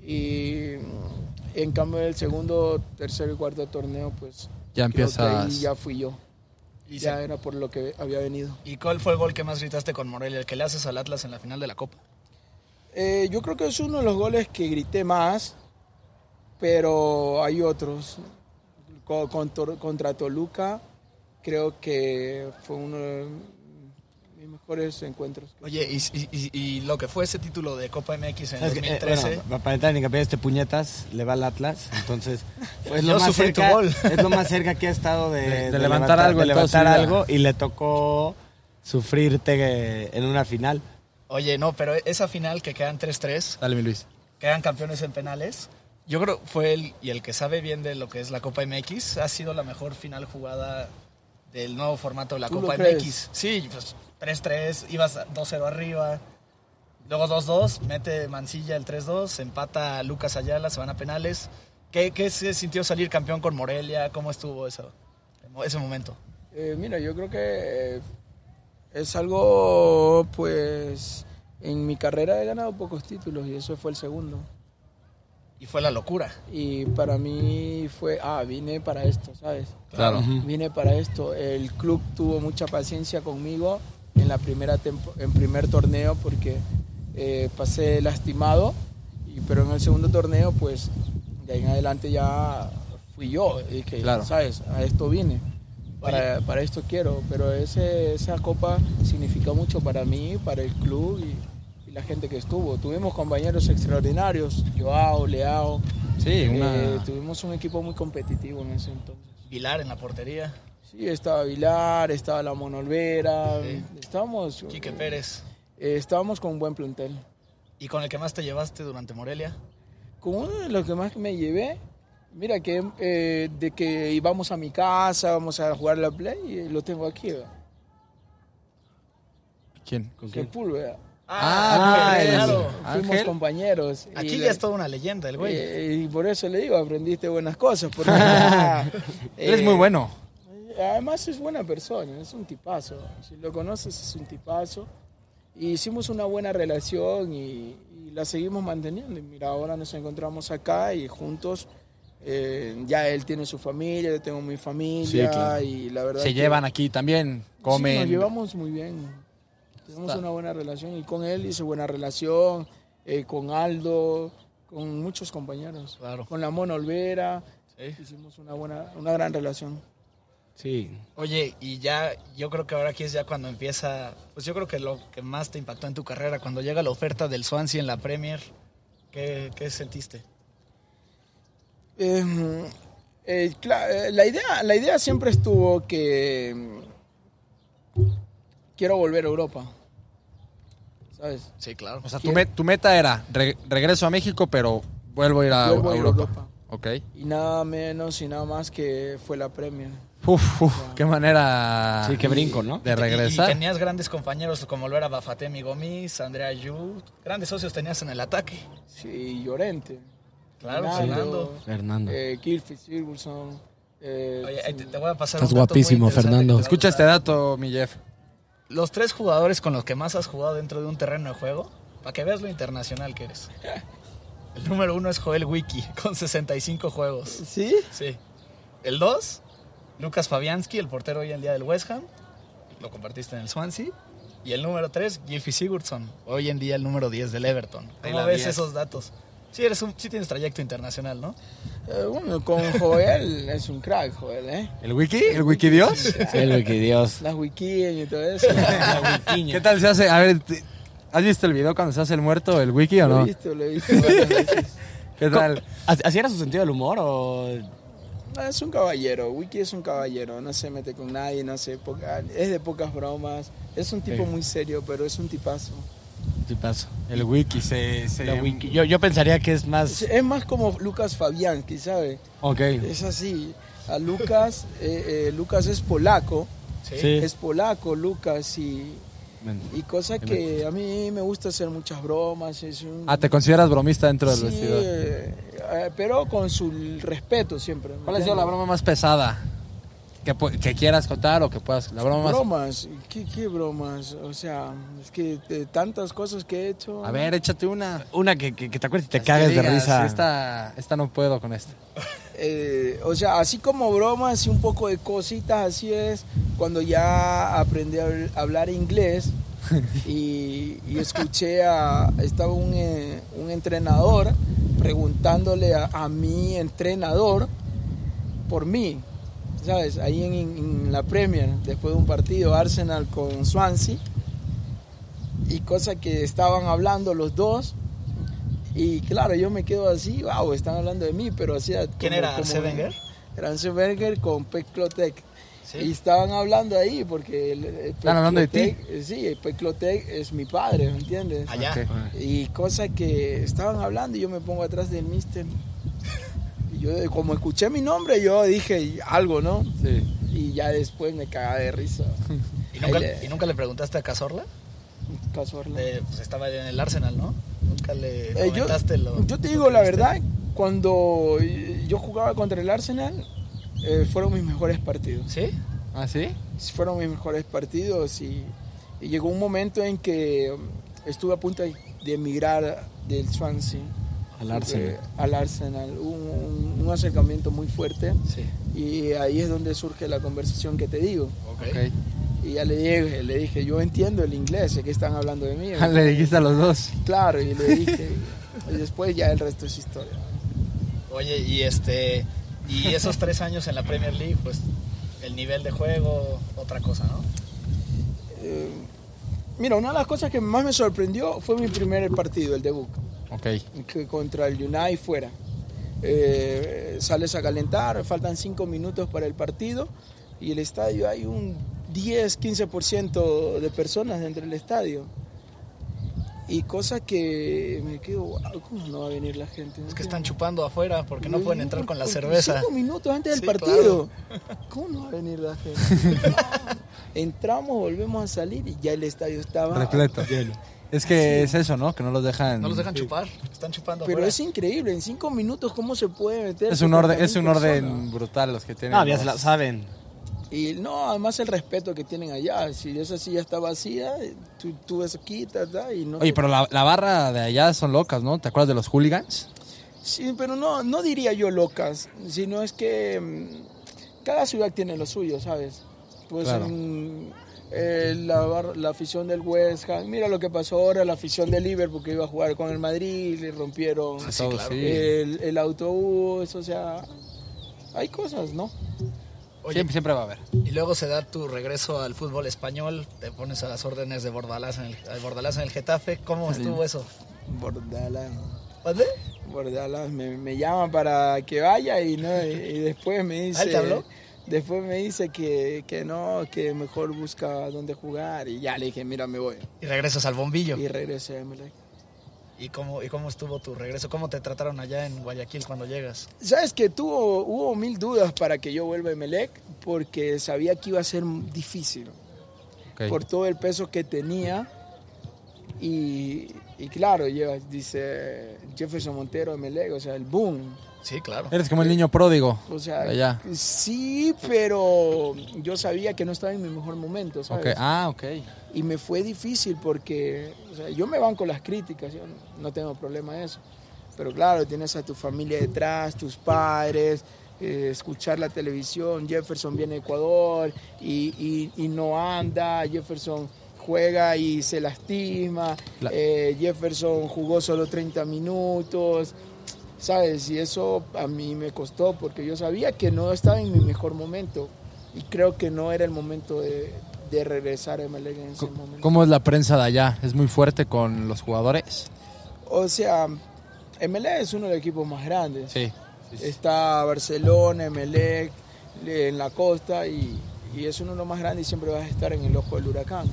Y mm, en cambio el segundo, tercer y cuarto torneo, pues Ya creo que ahí empiezas. ya fui yo. Y, ya se- era por lo que había venido. ¿Y cuál fue el gol que más gritaste con Morelia? El que le haces al Atlas en la final de la Copa. Eh, yo creo que es uno de los goles que grité más, pero hay otros. Co- con Tor- Contra Toluca, creo que fue uno de mis mejores encuentros. Oye, y, y- y- y lo que fue ese título de Copa MX en ¿Sabes qué? Eh, 2013. bueno, para entrar en hincapié, este puñetas le va al Atlas, [LAUGHS] entonces pues, es Yo lo más sufrí tu cerca, gol. [LAUGHS] es lo más cerca que ha estado de, De- de levantar algo de en toda levantar su vida. algo y le tocó sufrirte eh, en una final. Oye, no, pero esa final que quedan 3-3, Dale, mi Luis. quedan campeones en penales. Yo creo fue el y el que sabe bien de lo que es la Copa MX, ha sido la mejor final jugada del nuevo formato de la ¿Tú lo Copa MX. crees? Sí, pues 3-3, ibas 2-0 arriba. Luego 2-2, mete Mancilla el 3-2, empata Lucas Ayala, se van a penales. ¿Qué, qué se sintió salir campeón con Morelia? ¿Cómo estuvo eso, ese momento? Eh, mira, yo creo que eh, es algo, pues, en mi carrera he ganado pocos títulos y eso fue el segundo. Y fue la locura. Y para mí fue, ah, vine para esto, ¿sabes? Claro. Vine para esto. El club tuvo mucha paciencia conmigo en la primera tempo- en primer torneo porque eh, pasé lastimado, y, pero en el segundo torneo pues de ahí en adelante ya fui yo y que Claro. sabes a esto vine para, para esto quiero pero ese, esa copa significó mucho para mí para el club y, y la gente que estuvo tuvimos compañeros extraordinarios Joao Leao Sí, una. eh, tuvimos un equipo muy competitivo en ese entonces Vilar en la portería, Sí, estaba Vilar, estaba la Monolvera, Sí. estábamos, Quique Pérez. eh, estábamos con un buen plantel. ¿Y con el que más te llevaste durante Morelia? Con uno de los que más me llevé, Mira, que eh, de que íbamos a mi casa, vamos a jugar la play, y lo tengo aquí, ¿verdad? ¿Quién? Sepúlveda. Ah, Ángel, el- claro. Ángel. Fuimos compañeros. y Aquí le- ya es toda una leyenda el güey. eh, y por eso le digo, aprendiste buenas cosas. [LAUGHS] Porque, ah, Él es eh, muy bueno. Además es buena persona, es un tipazo. Si lo conoces es un tipazo. Y hicimos una buena relación y, y la seguimos manteniendo. Y mira, ahora nos encontramos acá y juntos eh, ya él tiene su familia, yo tengo mi familia Sí, claro. y la verdad Se que- llevan aquí también, Sí, comen. nos llevamos muy bien. Tenemos Está. una buena relación y con él hice buena relación, eh, con Aldo, con muchos compañeros. Claro. Con la Mona Olvera. Hicimos una, buena, una gran relación. Sí. Oye, y ya yo creo que ahora aquí es ya cuando empieza, pues yo creo que lo que más te impactó en tu carrera, cuando llega la oferta del Swansea en la Premier, ¿qué, qué sentiste? Eh, eh, cla- eh, la, idea, la idea siempre estuvo que mm, quiero volver a Europa. ¿Sabes? Sí, claro. O sea, tu, me- tu meta era re- regreso a México, pero vuelvo a ir a, Vuelvo a a ir a Europa. Europa. Ok. Y nada menos y nada más que fue la Premier. Uf, uf, qué manera Sí, qué brinco, ¿no? de Y, regresar. tenías grandes compañeros como lo era Bafatemi Gomis, Andrea Yu, grandes socios tenías en el ataque. Sí, Llorente. Claro, Fernando. Fernando. Fernando. eh, Kilfis, Wilson. Eh, Oye, ahí te, te voy a pasar Estás un dato muy guapísimo, interesante Fernando. que te va a Escucha este gustar. dato, mi Jeff. Los tres jugadores con los que más has jugado dentro de un terreno de juego, para que veas lo internacional que [LAUGHS] eres. El número uno es Joel Wiki, con 65 juegos. ¿Sí? Sí. El 2, Lucas Fabianski, el portero hoy en día del West Ham. Lo compartiste en el Swansea. Y el número 3, Gylfi Sigurdsson, hoy en día el número 10 del Everton. ¿Cómo ves esos datos? Sí, eres un, sí tienes trayecto internacional, ¿no? Eh, bueno, con Joel [LAUGHS] es un crack, Joel, ¿eh? ¿El wiki? ¿El wiki Dios? Sí, el Wiki [LAUGHS] Dios. Las wikiñas y todo eso. ¿Qué tal se hace? A ver, te- ¿has visto el video cuando se hace el muerto, el wiki o lo he no? visto, lo he visto. varias veces. ¿Qué tal? ¿Así era su sentido del humor o...? Ah, Es un caballero, Wiki es un caballero, no se mete con nadie, no se poca- es de pocas bromas, es un tipo Sí. muy serio, pero es un tipazo. Sí, paso. El wiki se... se- La Wiki- Yo, yo pensaría que es Es, más... es más como Lucas Fabianski, ¿sabe? Ok. Es así, a Lucas, [LAUGHS] eh, eh, Lucas es polaco, Sí. es polaco Lucas y, Bueno. y cosa que a mí me gusta hacer muchas bromas, es un... Ah, ¿te consideras bromista dentro del Sí, vestidor? eh, eh, pero con su respeto siempre. ¿me ¿Cuál ha sido entiendes? la broma más pesada? Que, pu- que quieras contar o que puedas... La broma más... Bromas, ¿Qué, qué bromas? O sea, es que de tantas cosas que he hecho. A ver, échate una. Una que, que- que te acuerdes y te Así cagues que de digas, risa. Esta, esta no puedo con esta. Eh, o sea, así como bromas y un poco de cositas, así es. Cuando ya aprendí a habl- hablar inglés y, y escuché a. Estaba un, eh, un entrenador preguntándole a, a mi entrenador por mí, ¿sabes? Ahí en, en la Premier, después de un partido Arsenal con Swansea. Y cosa que estaban hablando los dos. Y claro, yo me quedo así, wow, están hablando de mí, pero hacía... ¿Quién como- era? como- ¿Arsène Wenger? Era Arsène Wenger con Pek Klotek. Y estaban hablando ahí porque... el- el ¿Están hablando de ti? Pek Klotek- eh, Sí, el Pek Klotek es mi padre, ¿me entiendes? Allá. Ok. Y cosa que estaban hablando y yo me pongo atrás del mister. Y yo eh, como escuché mi nombre, yo dije algo, ¿no? Sí. Y ya después me cagaba de [LAUGHS] risa. ¿Y nunca, Ahí le- y nunca le preguntaste a Cazorla? Casual. De- pues estaba en el Arsenal, ¿no? Nunca le Eh, yo, comentaste lo... yo te lo digo la que viste? verdad, cuando eh, yo jugaba contra el Arsenal, eh, fueron mis mejores partidos. ¿Sí? ¿Ah, sí? Fueron mis mejores partidos y, y llegó un momento en que mm, estuve a punto de, de emigrar del Swansea. Al porque- Arsenal. Al Arsenal. Hubo Un, un acercamiento muy fuerte Sí. y ahí es donde surge la conversación que te digo. Ok. Y ya le dije, le dije yo entiendo el inglés, sé que están hablando de mí. Ah, Ah, Le dijiste a los dos. Claro, y le dije. [LAUGHS] y después ya el resto es historia. Oye, y este y esos tres años en la Premier League, pues el nivel de juego, otra cosa, ¿no? Eh, mira, una de las cosas que más me sorprendió fue mi primer partido, el debut, Ok. que contra el United fuera. Eh, sales a calentar, faltan 5 minutos para el partido y el estadio hay un 10-15% de personas dentro del estadio. Y cosa que me quedo, wow, ¿cómo no va a venir la gente? Es que están chupando afuera porque no pueden entrar con la cerveza. Cinco minutos antes del Sí, partido. ¿Cómo no va a venir [LAUGHS] la gente? Entramos, volvemos a salir y ya el estadio estaba Repleto. Es que es eso, ¿no? Que no los dejan. No los dejan chupar, están chupando Pero afuera. es increíble, en cinco minutos cómo se puede meter. Es un orden, 70.000 es un orden personas? brutal los que tienen. No, ya los- se la saben. Y no, además el respeto que tienen allá. Si esa silla está vacía, tú, tú ves aquí, ta, ta, y no. Oye, te- pero la, la barra de allá son locas, ¿no? ¿Te acuerdas de los hooligans? Sí, pero no, no diría yo locas, sino es que mm, cada ciudad tiene lo suyo, ¿sabes? Pues Claro. en, eh, la, bar- la afición del West Ham, mira lo que pasó ahora, la afición del Liverpool que iba a jugar con el Madrid, le rompieron Ah, Sí, claro. Sí. el, el autobús, o sea, hay cosas, ¿no? Oye, siempre, siempre va a haber. y luego se da tu regreso al fútbol español, te pones a las órdenes de Bordalás en el, al Bordalás en el Getafe. ¿Cómo estuvo eso? Bordala, ¿Dónde? Bordala, me, me llama para que vaya y, no, y, y [LAUGHS] después me dice... ¿Ah, ¿te habló? Después me dice que, que no, que mejor busca dónde jugar y ya le dije, mira, me voy. Y regresas al bombillo. Y regresé a Emelec. ¿Y cómo, ¿Y cómo estuvo tu regreso? ¿Cómo te trataron allá en Guayaquil cuando llegas? Sabes que tuvo, hubo mil dudas para que yo vuelva a Emelec porque sabía que iba a ser difícil Ok. por todo el peso que tenía. Y, y claro, lleva, dice Jefferson Montero Emelec, o sea, el boom. Sí, claro. Eres como el niño pródigo. O sea, Allá. sí, pero yo sabía que no estaba en mi mejor momento, ¿sabes? Ok, Ah, ok. Y me fue difícil porque o sea, yo me banco las críticas, yo no, no tengo problema de eso. Pero claro, tienes a tu familia detrás, tus padres, eh, escuchar la televisión, Jefferson viene a Ecuador y, y- y no anda, Jefferson juega y se lastima, La- eh, Jefferson jugó solo 30 minutos, ¿sabes? Y eso a mí me costó porque yo sabía que no estaba en mi mejor momento y creo que no era el momento de, de regresar a MLE en ese Co- momento. ¿Cómo es la prensa de allá? ¿Es muy fuerte con los jugadores? O sea, MLE es uno de los equipos más grandes. Sí. Está Barcelona, Emelec, le- en la costa y, y es uno de los más grandes y siempre vas a estar en el ojo del huracán.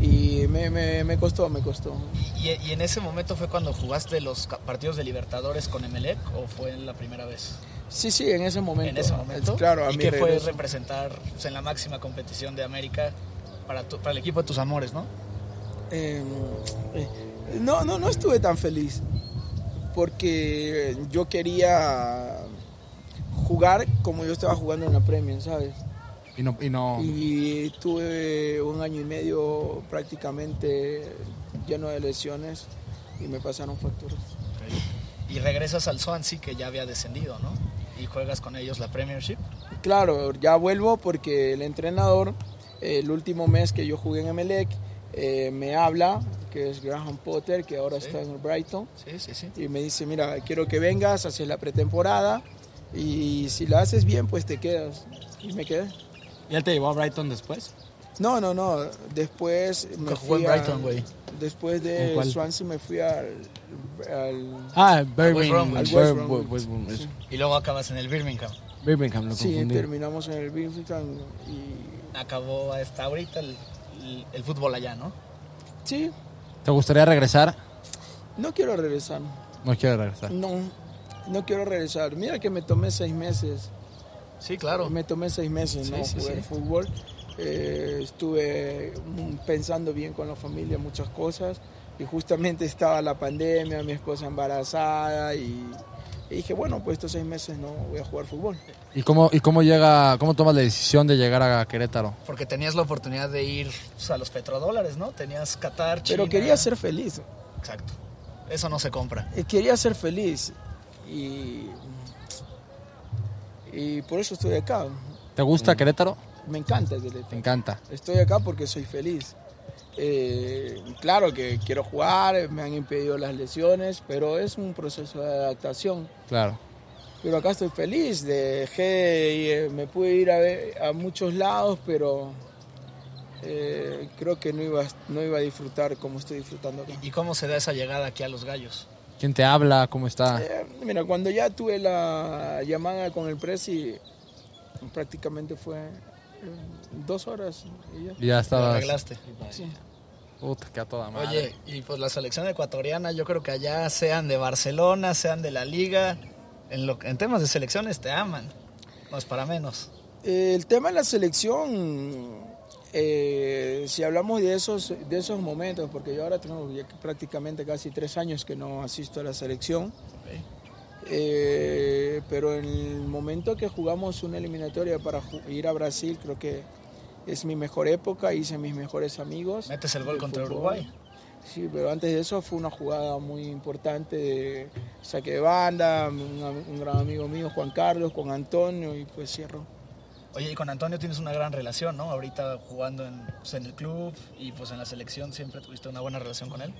Y me, me- me costó, me costó. ¿Y, y en ese momento fue cuando jugaste los ca- partidos de Libertadores con Emelec o fue la primera vez? Sí, sí, en ese momento. En ese momento. Claro, a ¿Y mí qué fue regreso. representar pues, en la máxima competición de América para, tu- para el equipo de tus amores, no? Eh, eh, no, no, no estuve tan feliz porque yo quería jugar como yo estaba jugando en la Premier, ¿sabes? Y no, y no. Y tuve un año y medio prácticamente lleno de lesiones y me pasaron facturas. Y regresas al Swansea que ya había descendido, ¿no? Y juegas con ellos la Premiership. Claro, ya vuelvo porque el entrenador, el último mes que yo jugué en Emelec, eh, me habla, que es Graham Potter, que ahora Sí. está en el Brighton. Sí, sí, sí. y me dice, mira, quiero que vengas, haces la pretemporada y si la haces bien, pues te quedas. Y me quedé. ¿Y él te llevó a Brighton después? No, no, no. Después me Que jugó fui en a- Brighton, güey. Después ¿En de cuál? Swansea me fui al... al- Ah, West Bromwich. Birmingham. Al Bur- West Bur- Bromwich. West Bromwich. Sí. Y luego acabas en el Birmingham. Birmingham, lo sí, confundí. terminamos en el Birmingham y... Acabó hasta ahorita el, el- el fútbol allá, ¿no? Sí, ¿Te gustaría regresar? no quiero regresar. No quiero regresar. No, no quiero regresar. Mira que me tomé seis meses. Sí, claro. Me tomé seis meses, Sí, ¿no? sí, Jugué sí. fútbol. Eh, estuve mm, pensando bien con la familia muchas cosas. Y justamente estaba la pandemia, mi esposa embarazada. Y, y dije, bueno, pues estos seis meses no voy a jugar fútbol. ¿Y cómo, y cómo llega, cómo tomas la decisión de llegar a Querétaro? Porque tenías la oportunidad de ir pues, a los petrodólares, ¿no? Tenías Qatar, China. Pero quería ser feliz. Exacto. Eso no se compra. Eh, Quería ser feliz. Y, y por eso estoy acá. ¿Te Mm. gusta Querétaro? Me encanta el Te encanta. Estoy acá porque soy feliz. Eh, claro que quiero jugar, me han impedido las lesiones, pero es un proceso de adaptación. Claro. Pero acá estoy feliz, dejé, eh, me pude ir a, ver- a muchos lados, pero eh, creo que no iba, no iba a disfrutar como estoy disfrutando acá. ¿Y cómo se da esa llegada aquí a los gallos? ¿Quién te habla? ¿Cómo está? Eh, mira, cuando ya tuve la llamada con el Presi, prácticamente fue eh, dos horas y ya. Y ya ¿Lo estabas. arreglaste? Sí. Puta, que a toda madre. Oye, y pues la selección ecuatoriana, yo creo que allá sean de Barcelona, sean de la liga, en, lo, en temas de selecciones te aman, más para menos. El tema de la selección, eh, si hablamos de esos, de esos momentos, porque yo ahora tengo ya prácticamente casi tres años que no asisto a la selección, eh, pero en el momento que jugamos una eliminatoria para ju- ir a Brasil, creo que es mi mejor época, hice mis mejores amigos. Metes el gol del contra fútbol. Uruguay. Sí, pero antes de eso fue una jugada muy importante de saque de banda, un, un gran amigo mío, Juan Carlos, con Antonio, y pues cierro. Oye, y con Antonio tienes una gran relación, ¿no? Ahorita jugando en, pues, en el club y pues en la selección siempre tuviste una buena relación con él.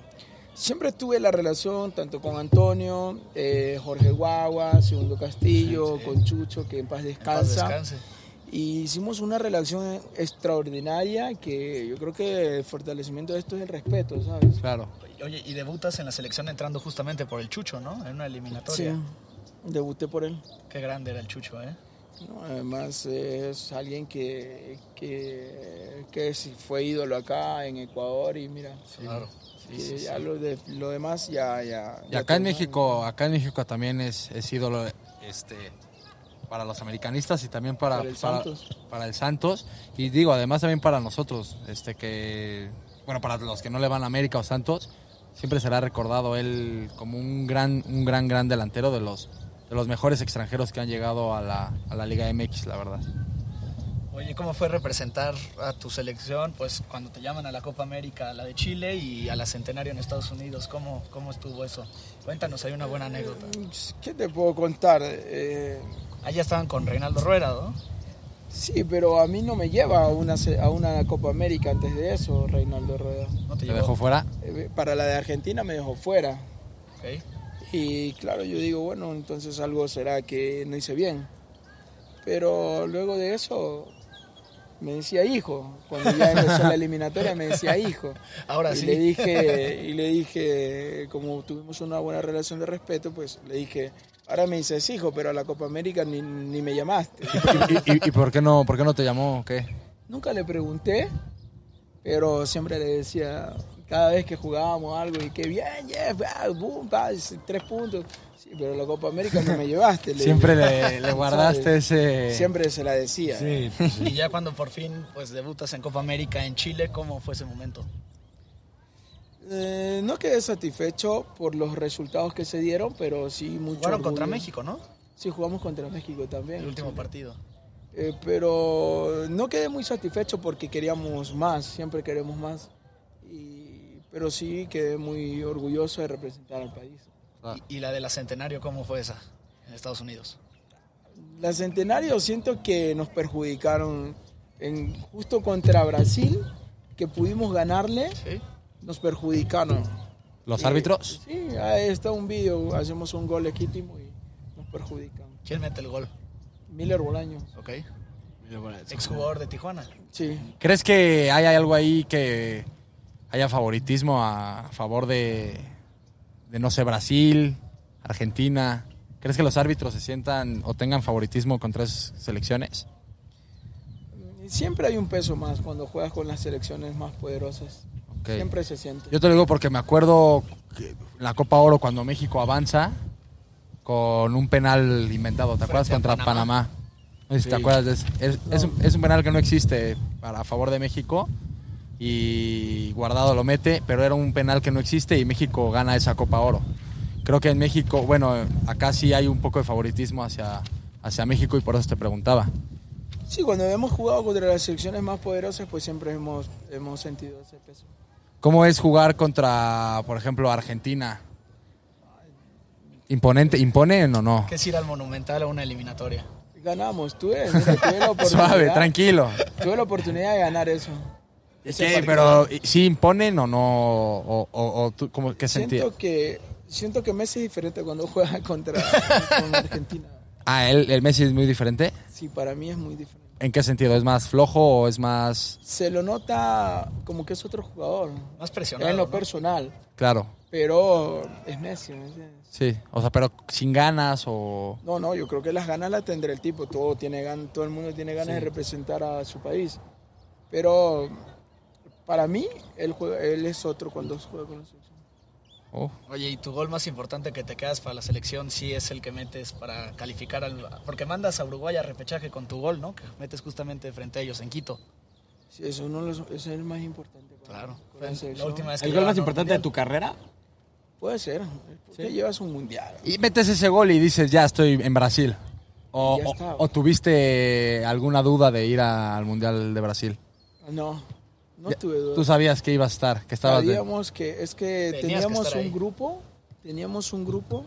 Siempre tuve la relación tanto con Antonio, eh, Jorge Guagua, Segundo Castillo, Sí. con Chucho, que en paz En paz descansa. descanse. Y hicimos una relación extraordinaria que yo creo que el fortalecimiento de esto es el respeto, ¿sabes? Claro. Oye, y debutas en la selección entrando justamente por el Chucho, ¿no? En una Sí, eliminatoria. debuté por él. Qué grande era el Chucho, ¿eh? ¿no? Además es alguien que, que, que sí fue ídolo acá en Ecuador y mira, Claro. que ya Lo, de- lo demás ya... ya, Y ya acá en terminó. México, acá en México también es, es ídolo este para los americanistas y también para, Para el Santos. para el Santos. Y digo, además también para nosotros, este que bueno, para los que no le van a América o Santos, siempre será recordado él como un gran, un gran, gran delantero de los de los mejores extranjeros que han llegado a la, a la Liga MX, la verdad. Oye, ¿cómo fue representar a tu selección? Pues cuando te llaman a la Copa América, a la de Chile y a la Centenario en Estados Unidos, ¿cómo, cómo estuvo eso? Cuéntanos, hay una buena anécdota. ¿Qué te puedo contar? Eh, Allá estaban con Reinaldo Rueda, ¿no? sí, pero a mí no me lleva a una, se- a una Copa América antes de eso, Reinaldo Rueda. No te ¿Te llevó. [LAUGHS] dejó fuera? Eh, Para la de Argentina me dejó fuera. Ok. Y claro, yo digo, bueno, entonces algo será que no hice bien. Pero luego de eso me decía hijo. Cuando ya empezó la eliminatoria me decía hijo. [LAUGHS] Ahora y sí. [LAUGHS] le dije, y le dije, como tuvimos una buena relación de respeto, pues le dije, ahora me dices hijo, pero a la Copa América ni, ni me llamaste. ¿Y, y- y por qué no, por qué no te llamó? o ¿Qué? Nunca le pregunté, pero siempre le decía, cada vez que jugábamos algo, y que bien, Jeff, ah, boom, pa, tres puntos. Sí, pero la Copa América no me llevaste. le- Siempre [LAUGHS] le, le guardaste ¿sabes? ese. Siempre se la decía. Sí, Y ya cuando por fin pues debutas en Copa América en Chile, ¿cómo fue ese momento? Eh, no quedé satisfecho por los resultados que se dieron, pero sí mucho. Jugaron contra orgullo. México, ¿no? Sí, jugamos contra México El también. último partido. Eh, pero no quedé muy satisfecho porque queríamos más, siempre queremos más. Y- pero sí quedé muy orgulloso de representar al país. Ah. Y, y la de la Centenario, ¿cómo fue esa? En Estados Unidos. La Centenario siento que nos perjudicaron en, justo contra Brasil, que pudimos ganarle, Sí. nos perjudicaron. ¿Los Eh, árbitros? Sí, ahí está un video, hacemos un gol legítimo y nos perjudican. ¿Quién mete el gol? Miller Bolaño, ¿Ok? Exjugador de Tijuana. sí. ¿Crees que hay algo ahí que haya favoritismo a favor de, de, no sé, Brasil, Argentina? ¿Crees que los árbitros se sientan o tengan favoritismo contra esas selecciones? Siempre hay un peso más cuando juegas con las selecciones más poderosas. Ok. Siempre se siente. Yo te lo digo porque me acuerdo que en la Copa Oro cuando México avanza con un penal inventado, ¿te acuerdas? Frente a Contra Panamá. No sé si te Sí. acuerdas. de ese. Es, es un, es un penal que no existe para, a favor de México y Guardado lo mete, pero era un penal que no existe y México gana esa Copa Oro. Creo que en México, bueno, acá sí hay un poco de favoritismo hacia, hacia México y por eso te preguntaba. Sí, cuando hemos jugado contra las selecciones más poderosas, pues siempre hemos, hemos sentido ese peso. ¿Cómo es jugar contra, por ejemplo, Argentina? ¿Imponente? ¿Imponen o no? ¿Qué es ir al Monumental a una eliminatoria? Ganamos, tuve, mira, tuve la oportunidad. [LAUGHS] [LAUGHS] Suave, tranquilo. Tuve la oportunidad de ganar eso. Ese Sí, partido. pero ¿sí imponen o no? ¿O, o- o tú cómo- qué sentido? siento que, siento que Messi es diferente cuando [LAUGHS] juega contra con Argentina. Ah, ¿el, el Messi es muy diferente. Sí, para mí es muy diferente. ¿En qué sentido? ¿Es más flojo o es más...? Se lo nota como que es otro jugador. Más presionado. En lo ¿no? personal, Claro, pero es Messi, ¿me entiendes? sí. O sea, pero sin ganas o... No, no, yo creo que las ganas las tendrá el tipo. Todo, tiene gan todo el mundo tiene ganas de representar a su país. Pero Para mí, él, juega- él es otro cuando juega con la selección. Oh. Oye, ¿y tu gol más importante que te quedas para la selección sí es el que metes para calificar al... Porque mandas a Uruguay a repechaje con tu gol, ¿no? Que metes justamente frente a ellos en Quito. Sí, es, uno de los- es el más importante. para- Claro. con Fue la la selección. última vez que ¿El gol más llegaron al importante de tu Mundial. carrera? Puede ser. Porque llevas un mundial. Y metes ese gol y dices, ya estoy en Brasil. O, Y ya o- está. o tuviste alguna duda de ir a- al Mundial de Brasil. No, no Ya, tuve duda. Tú sabías que iba a estar, que estabas... de- Sabíamos que es que Tenías que teníamos estar ahí. un grupo, teníamos un grupo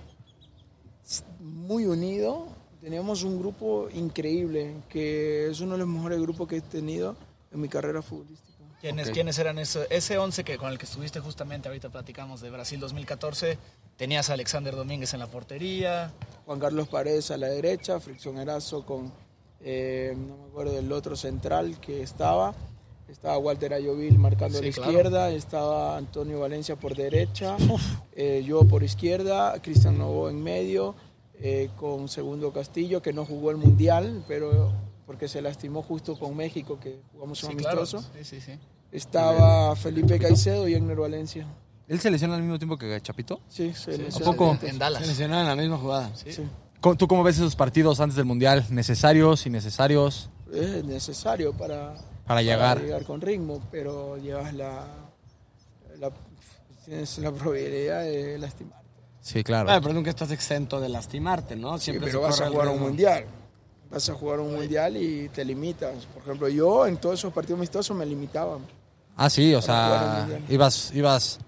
s- muy unido, teníamos un grupo increíble, que es uno de los mejores grupos que he tenido en mi carrera futbolística. ¿Quiénes, Ok. ¿Quiénes eran eso? ese 11 que con el que estuviste justamente ahorita platicamos de Brasil 2014? Tenías a Alexander Domínguez en la portería. Juan Carlos Paredes a la derecha, Fricción Erazo con, eh, no me acuerdo del otro central que estaba, estaba Walter Ayovil marcando a Sí, la claro. izquierda, estaba Antonio Valencia [LAUGHS] por derecha, eh, yo por izquierda, Cristian Novo en medio, eh, con Segundo Castillo que no jugó el Mundial, pero porque se lastimó justo con México que jugamos un Sí, claro. amistoso. Sí, sí, sí. Estaba Felipe Caicedo y Enner Valencia. ¿Él se lesiona al mismo tiempo que Chapito? Sí, se ¿A lesionó. poco? En Se Dallas. lesionó en la misma jugada. Sí. Co- ¿Tú cómo ves esos partidos antes del Mundial? ¿Necesarios, innecesarios? es necesario para, Para llegar. con ritmo, pero llevas la, la- tienes la probabilidad de lastimar. Sí, claro. Ah, pero nunca estás exento de lastimarte, ¿no? Sí, Siempre pero se vas corre a el jugar un riesgo. mundial. Vas a jugar un mundial y te limitas. Por ejemplo, yo en todos esos partidos amistosos me limitaba. Ah, sí, o Para jugar sea, el Mundial. ibas, ibas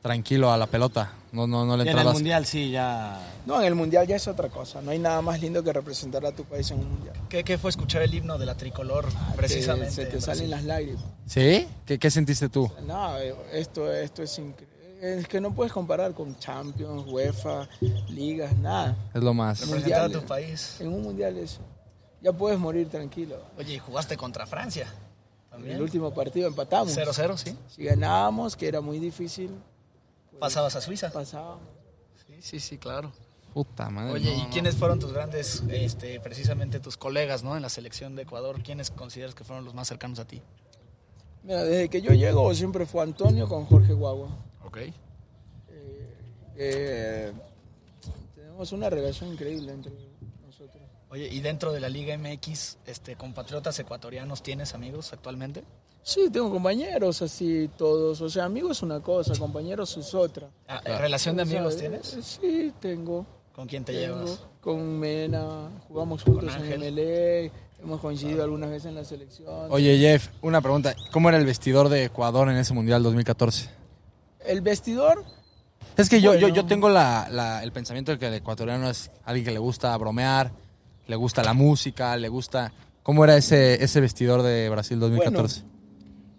tranquilo a la pelota. No, no, no le Y en el entrabas. mundial sí, ya. No, en el mundial ya es otra cosa. No hay nada más lindo que representar a tu país en un mundial. ¿Qué, qué fue escuchar el himno de la tricolor? precisamente. Te- se te en Brasil? salen las lágrimas. ¿Sí? ¿Qué, qué sentiste tú? No, esto, esto es increíble. Es que no puedes comparar con Champions, UEFA, ligas, nada. Es lo más. Representar a mundiales. tu país. En un mundial eso. Ya puedes morir tranquilo. Oye, y jugaste contra Francia. También. El último partido empatamos. 0-0, sí. Si ganábamos, que era muy difícil, Pasabas a Suiza. pasábamos. Sí, sí, sí, claro. Puta madre. Oye, no, ¿y no. quiénes fueron tus grandes, este, precisamente tus colegas, ¿no? En la selección de Ecuador, ¿quiénes consideras que fueron los más cercanos a ti? Mira, desde que yo llego siempre fue Antonio con Jorge Guagua. Ok. Eh, eh, tenemos una relación increíble entre nosotros. Oye, ¿y dentro de la Liga MX, este, compatriotas ecuatorianos tienes amigos actualmente? Sí, tengo compañeros así todos. O sea, amigos es una cosa, compañeros es otra. Ah, ¿Relación de amigos O sea, tienes? eh, Sí, tengo. ¿Con quién te Tengo llevas? Con Mena, jugamos juntos Con en Ángel. MLE, hemos coincidido algunas veces en la selección. Oye, Jeff, una pregunta. ¿Cómo era el vestidor de Ecuador en ese Mundial 2014? El vestidor, Es que yo, yo, Bueno. yo tengo la, la- el pensamiento de que el ecuatoriano es alguien que le gusta bromear, le gusta la música, le gusta... ¿Cómo era ese, ese vestidor de Brasil 2014?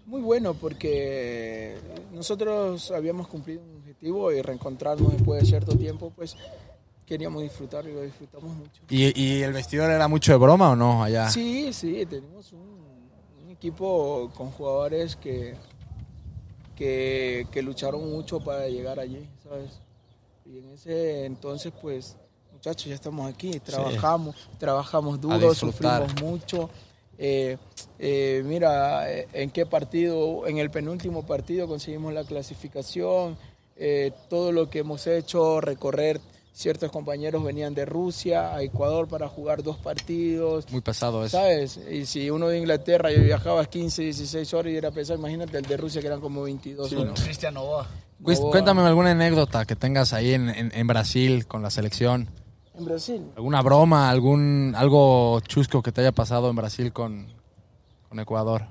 muy bueno porque nosotros habíamos cumplido un objetivo y reencontrarnos después de cierto tiempo, pues queríamos disfrutar y lo disfrutamos mucho. ¿Y, y el vestidor era mucho de broma o no allá? Sí, sí, tenemos un, un equipo con jugadores que, que, que lucharon mucho para llegar allí, ¿sabes? Y en ese entonces, pues, muchachos, ya estamos aquí, trabajamos, trabajamos duro, disfrutar. sufrimos mucho. Eh, eh, mira, eh, en qué partido, en el penúltimo partido conseguimos la clasificación, eh, todo lo que hemos hecho, recorrer, ciertos compañeros venían de Rusia a Ecuador para jugar dos partidos, Muy pesado eso. ¿Sabes? Y si uno de Inglaterra, yo viajaba 15, 16 horas y era pesado, imagínate el de Rusia que eran como 22 Con horas. Cristian Novoa. Cuis- No, Cuéntame alguna anécdota que tengas ahí en, en- en Brasil con la selección. En Brasil. ¿Alguna broma, algún algo chusco que te haya pasado en Brasil con, con Ecuador?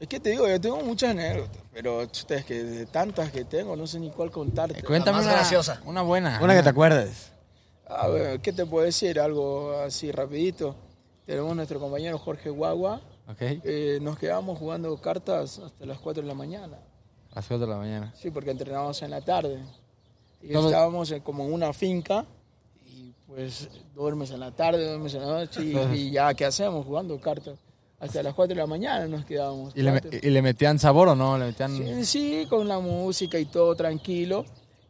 Es que te digo, yo tengo muchas anécdotas, pero chuta, es que de tantas que tengo, no sé ni cuál contarte. Eh, cuéntame más una, graciosa. una buena. Una que te acuerdes. A ver, ¿qué te puedo decir? Algo así rapidito. Tenemos nuestro compañero Jorge Guagua. Ok, eh, nos quedamos jugando cartas hasta las 4 de la mañana. a las 2 de la mañana. Sí, porque entrenábamos en la tarde. Y Todo- estábamos en- como en una finca y pues duermes en la tarde, duermes en la noche y, y ya, ¿qué hacemos? Jugando cartas. Hasta las 4 de la mañana nos quedábamos. ¿Y le, me- Cuatro. y le metían sabor o no? ¿Le metían... Sí, sí, con la música y todo tranquilo.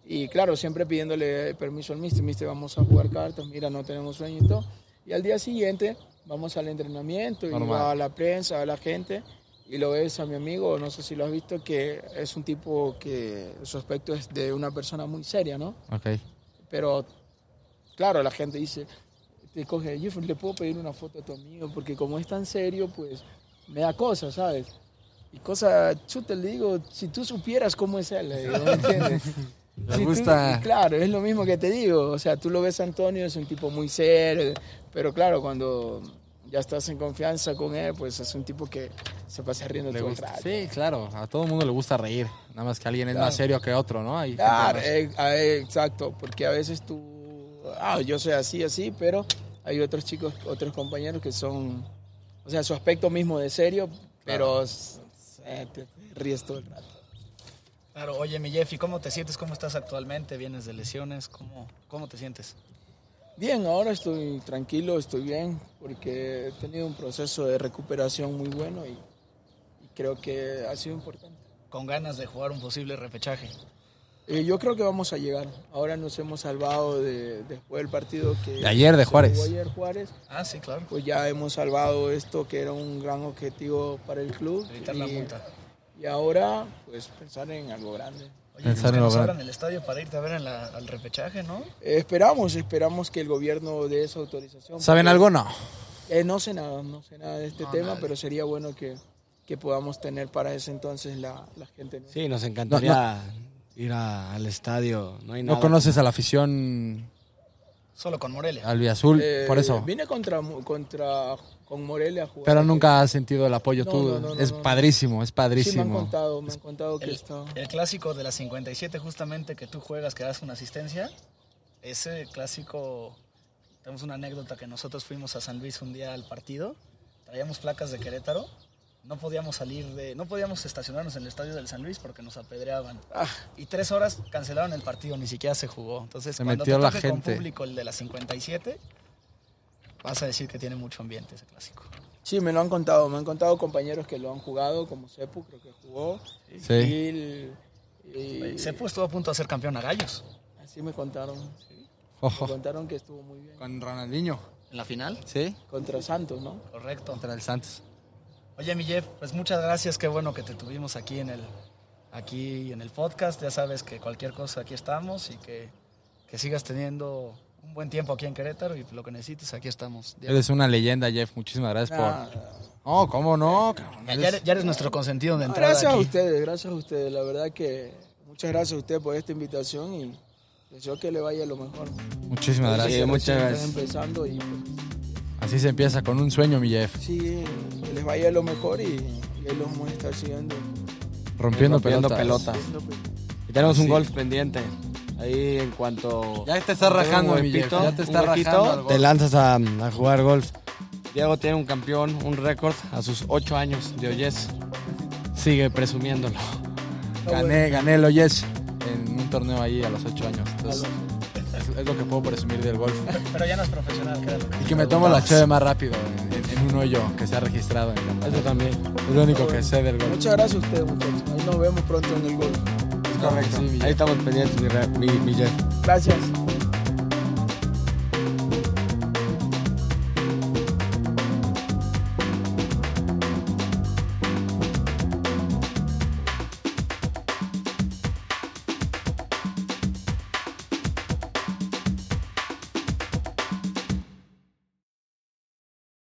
Y claro, siempre pidiéndole permiso al mister. Mister, vamos a jugar cartas. Mira, no tenemos sueño y todo. Y al día siguiente vamos al entrenamiento y Normal. va a la prensa, a la gente. Y y lo ves a mi amigo, no sé si lo has visto, que es un tipo que su aspecto es de una persona muy seria, ¿no? Ok. Pero, claro, la gente dice, te coge, "Jeff, le puedo pedir una foto a tu amigo, porque como es tan serio, pues me da cosas, ¿sabes? Y cosa, chuta, le digo, si tú supieras cómo es él, le digo, ¿me [LAUGHS] entiendes? Le Si tú- gusta. claro, es lo mismo que te digo, o sea, tú lo ves a Antonio, es un tipo muy serio, pero claro, cuando ya estás en confianza con él, pues es un tipo que se pasa riendo Le todo el gusta. rato. Sí, claro. A todo el mundo le gusta reír. Nada más que alguien es más serio que otro, ¿no? Hay gente Claro, más- eh, ah, eh, exacto, porque a veces tú, ah, yo soy así, así, pero hay otros chicos, otros compañeros que son, o sea, su aspecto mismo de serio, pero s- eh, te ríes todo el rato. Claro, oye, mi Jeff, ¿y cómo te sientes? ¿Cómo estás actualmente? ¿Vienes de lesiones? ¿Cómo, cómo te sientes? Bien, ahora estoy tranquilo, estoy bien, porque he tenido un proceso de recuperación muy bueno y, y creo que ha sido importante. Con ganas de jugar un posible repechaje. Eh, yo creo que vamos a llegar. Ahora nos hemos salvado de, después del partido que... De ayer, de se Juárez. jugó ayer Juárez. Ah, sí, claro. pues ya hemos salvado esto que era un gran objetivo para el club. Evitar la multa. y ahora, pues pensar en algo grande. Oye, Pensar en que lo nos grande. abran el estadio para irte a ver en la- al repechaje, ¿no? Eh, esperamos, esperamos que el gobierno dé esa autorización. ¿Saben algo? No. Eh, no sé nada, no sé nada de este No, tema, nadie. pero sería bueno que, que podamos tener para ese entonces la, la gente. ¿no? Sí, nos encantaría ir a- al estadio. No hay No nada. conoces a la afición Solo con Morelia. albiazul, Eh, por eso. Vine contra, contra con Morelia a jugar. Pero nunca has sentido el apoyo No, tú. no, no, no, es no. padrísimo, es Sí, me han padrísimo. contado, me han contado que El, está... el clásico de la 57, justamente que tú juegas, que das una asistencia. Ese clásico, tenemos una anécdota que nosotros fuimos a San Luis un día al partido, traíamos placas de Querétaro, no podíamos salir de, no podíamos estacionarnos en el estadio del San Luis porque nos apedreaban. Ah. Y tres horas cancelaron el partido, ni siquiera se jugó. Entonces, Se cuando metió te la toque con gente. público el de la 57, vas a decir que tiene mucho ambiente ese clásico. Sí, me lo han contado, me han contado compañeros que lo han jugado, como Sepu creo que jugó. Sí. Gil, y- Sepu estuvo a punto de ser campeón a Gallos. Así me contaron. Me Ojo. contaron que estuvo muy bien. Con Ronaldinho. ¿En la final? Sí. Contra Santos, ¿no? Correcto. Contra el Santos. Oye, mi Jeff, pues muchas gracias, qué bueno que te tuvimos aquí en el, aquí en el podcast. Ya sabes que cualquier cosa aquí estamos y que, que sigas teniendo un buen tiempo aquí en Querétaro y lo que necesites, aquí estamos. Ya, Eres una leyenda, Jeff. Muchísimas gracias Nah, por. No, ¿cómo no? ya- cabrón? ya Eres- eres, ya eres nuestro consentido de no, entrada gracias a aquí. ustedes, gracias a ustedes. La verdad que muchas gracias a ustedes por esta invitación y deseo que le vaya lo mejor. Muchísimas Recién- gracias. Sí, muchas recién están gracias. empezando y pues, Así se empieza con un sueño, mi Jeff. sí, que les vaya lo mejor y, y ahí los vamos a estar siguiendo. Rompiendo, Rompiendo pelotas. pelotas. Y tenemos un golf pendiente. Ahí en cuanto. Ya te estás tenga un rajando, mi huequito, Jeff. Ya te un estás huequito, rajando. al Te golf. lanzas a, a jugar golf. Diego tiene un campeón, un récord a sus 8 años de Oyes. Sigue presumiéndolo. Gané, gané el Oyes en un torneo ahí a los 8 años. Entonces, es, es lo que puedo presumir del golf. Pero ya no es profesional, claro. Y que me tomo la chave más rápido en, en- en un hoyo que se ha registrado en la Eso también. Es lo único que sé del golf. Muchas gracias a ustedes, muchachos. Ahí nos vemos pronto en el golf. Es correcto. Sí, mi Ahí Jeff. estamos pendientes, mi, re- mi, mi Jeff. Gracias.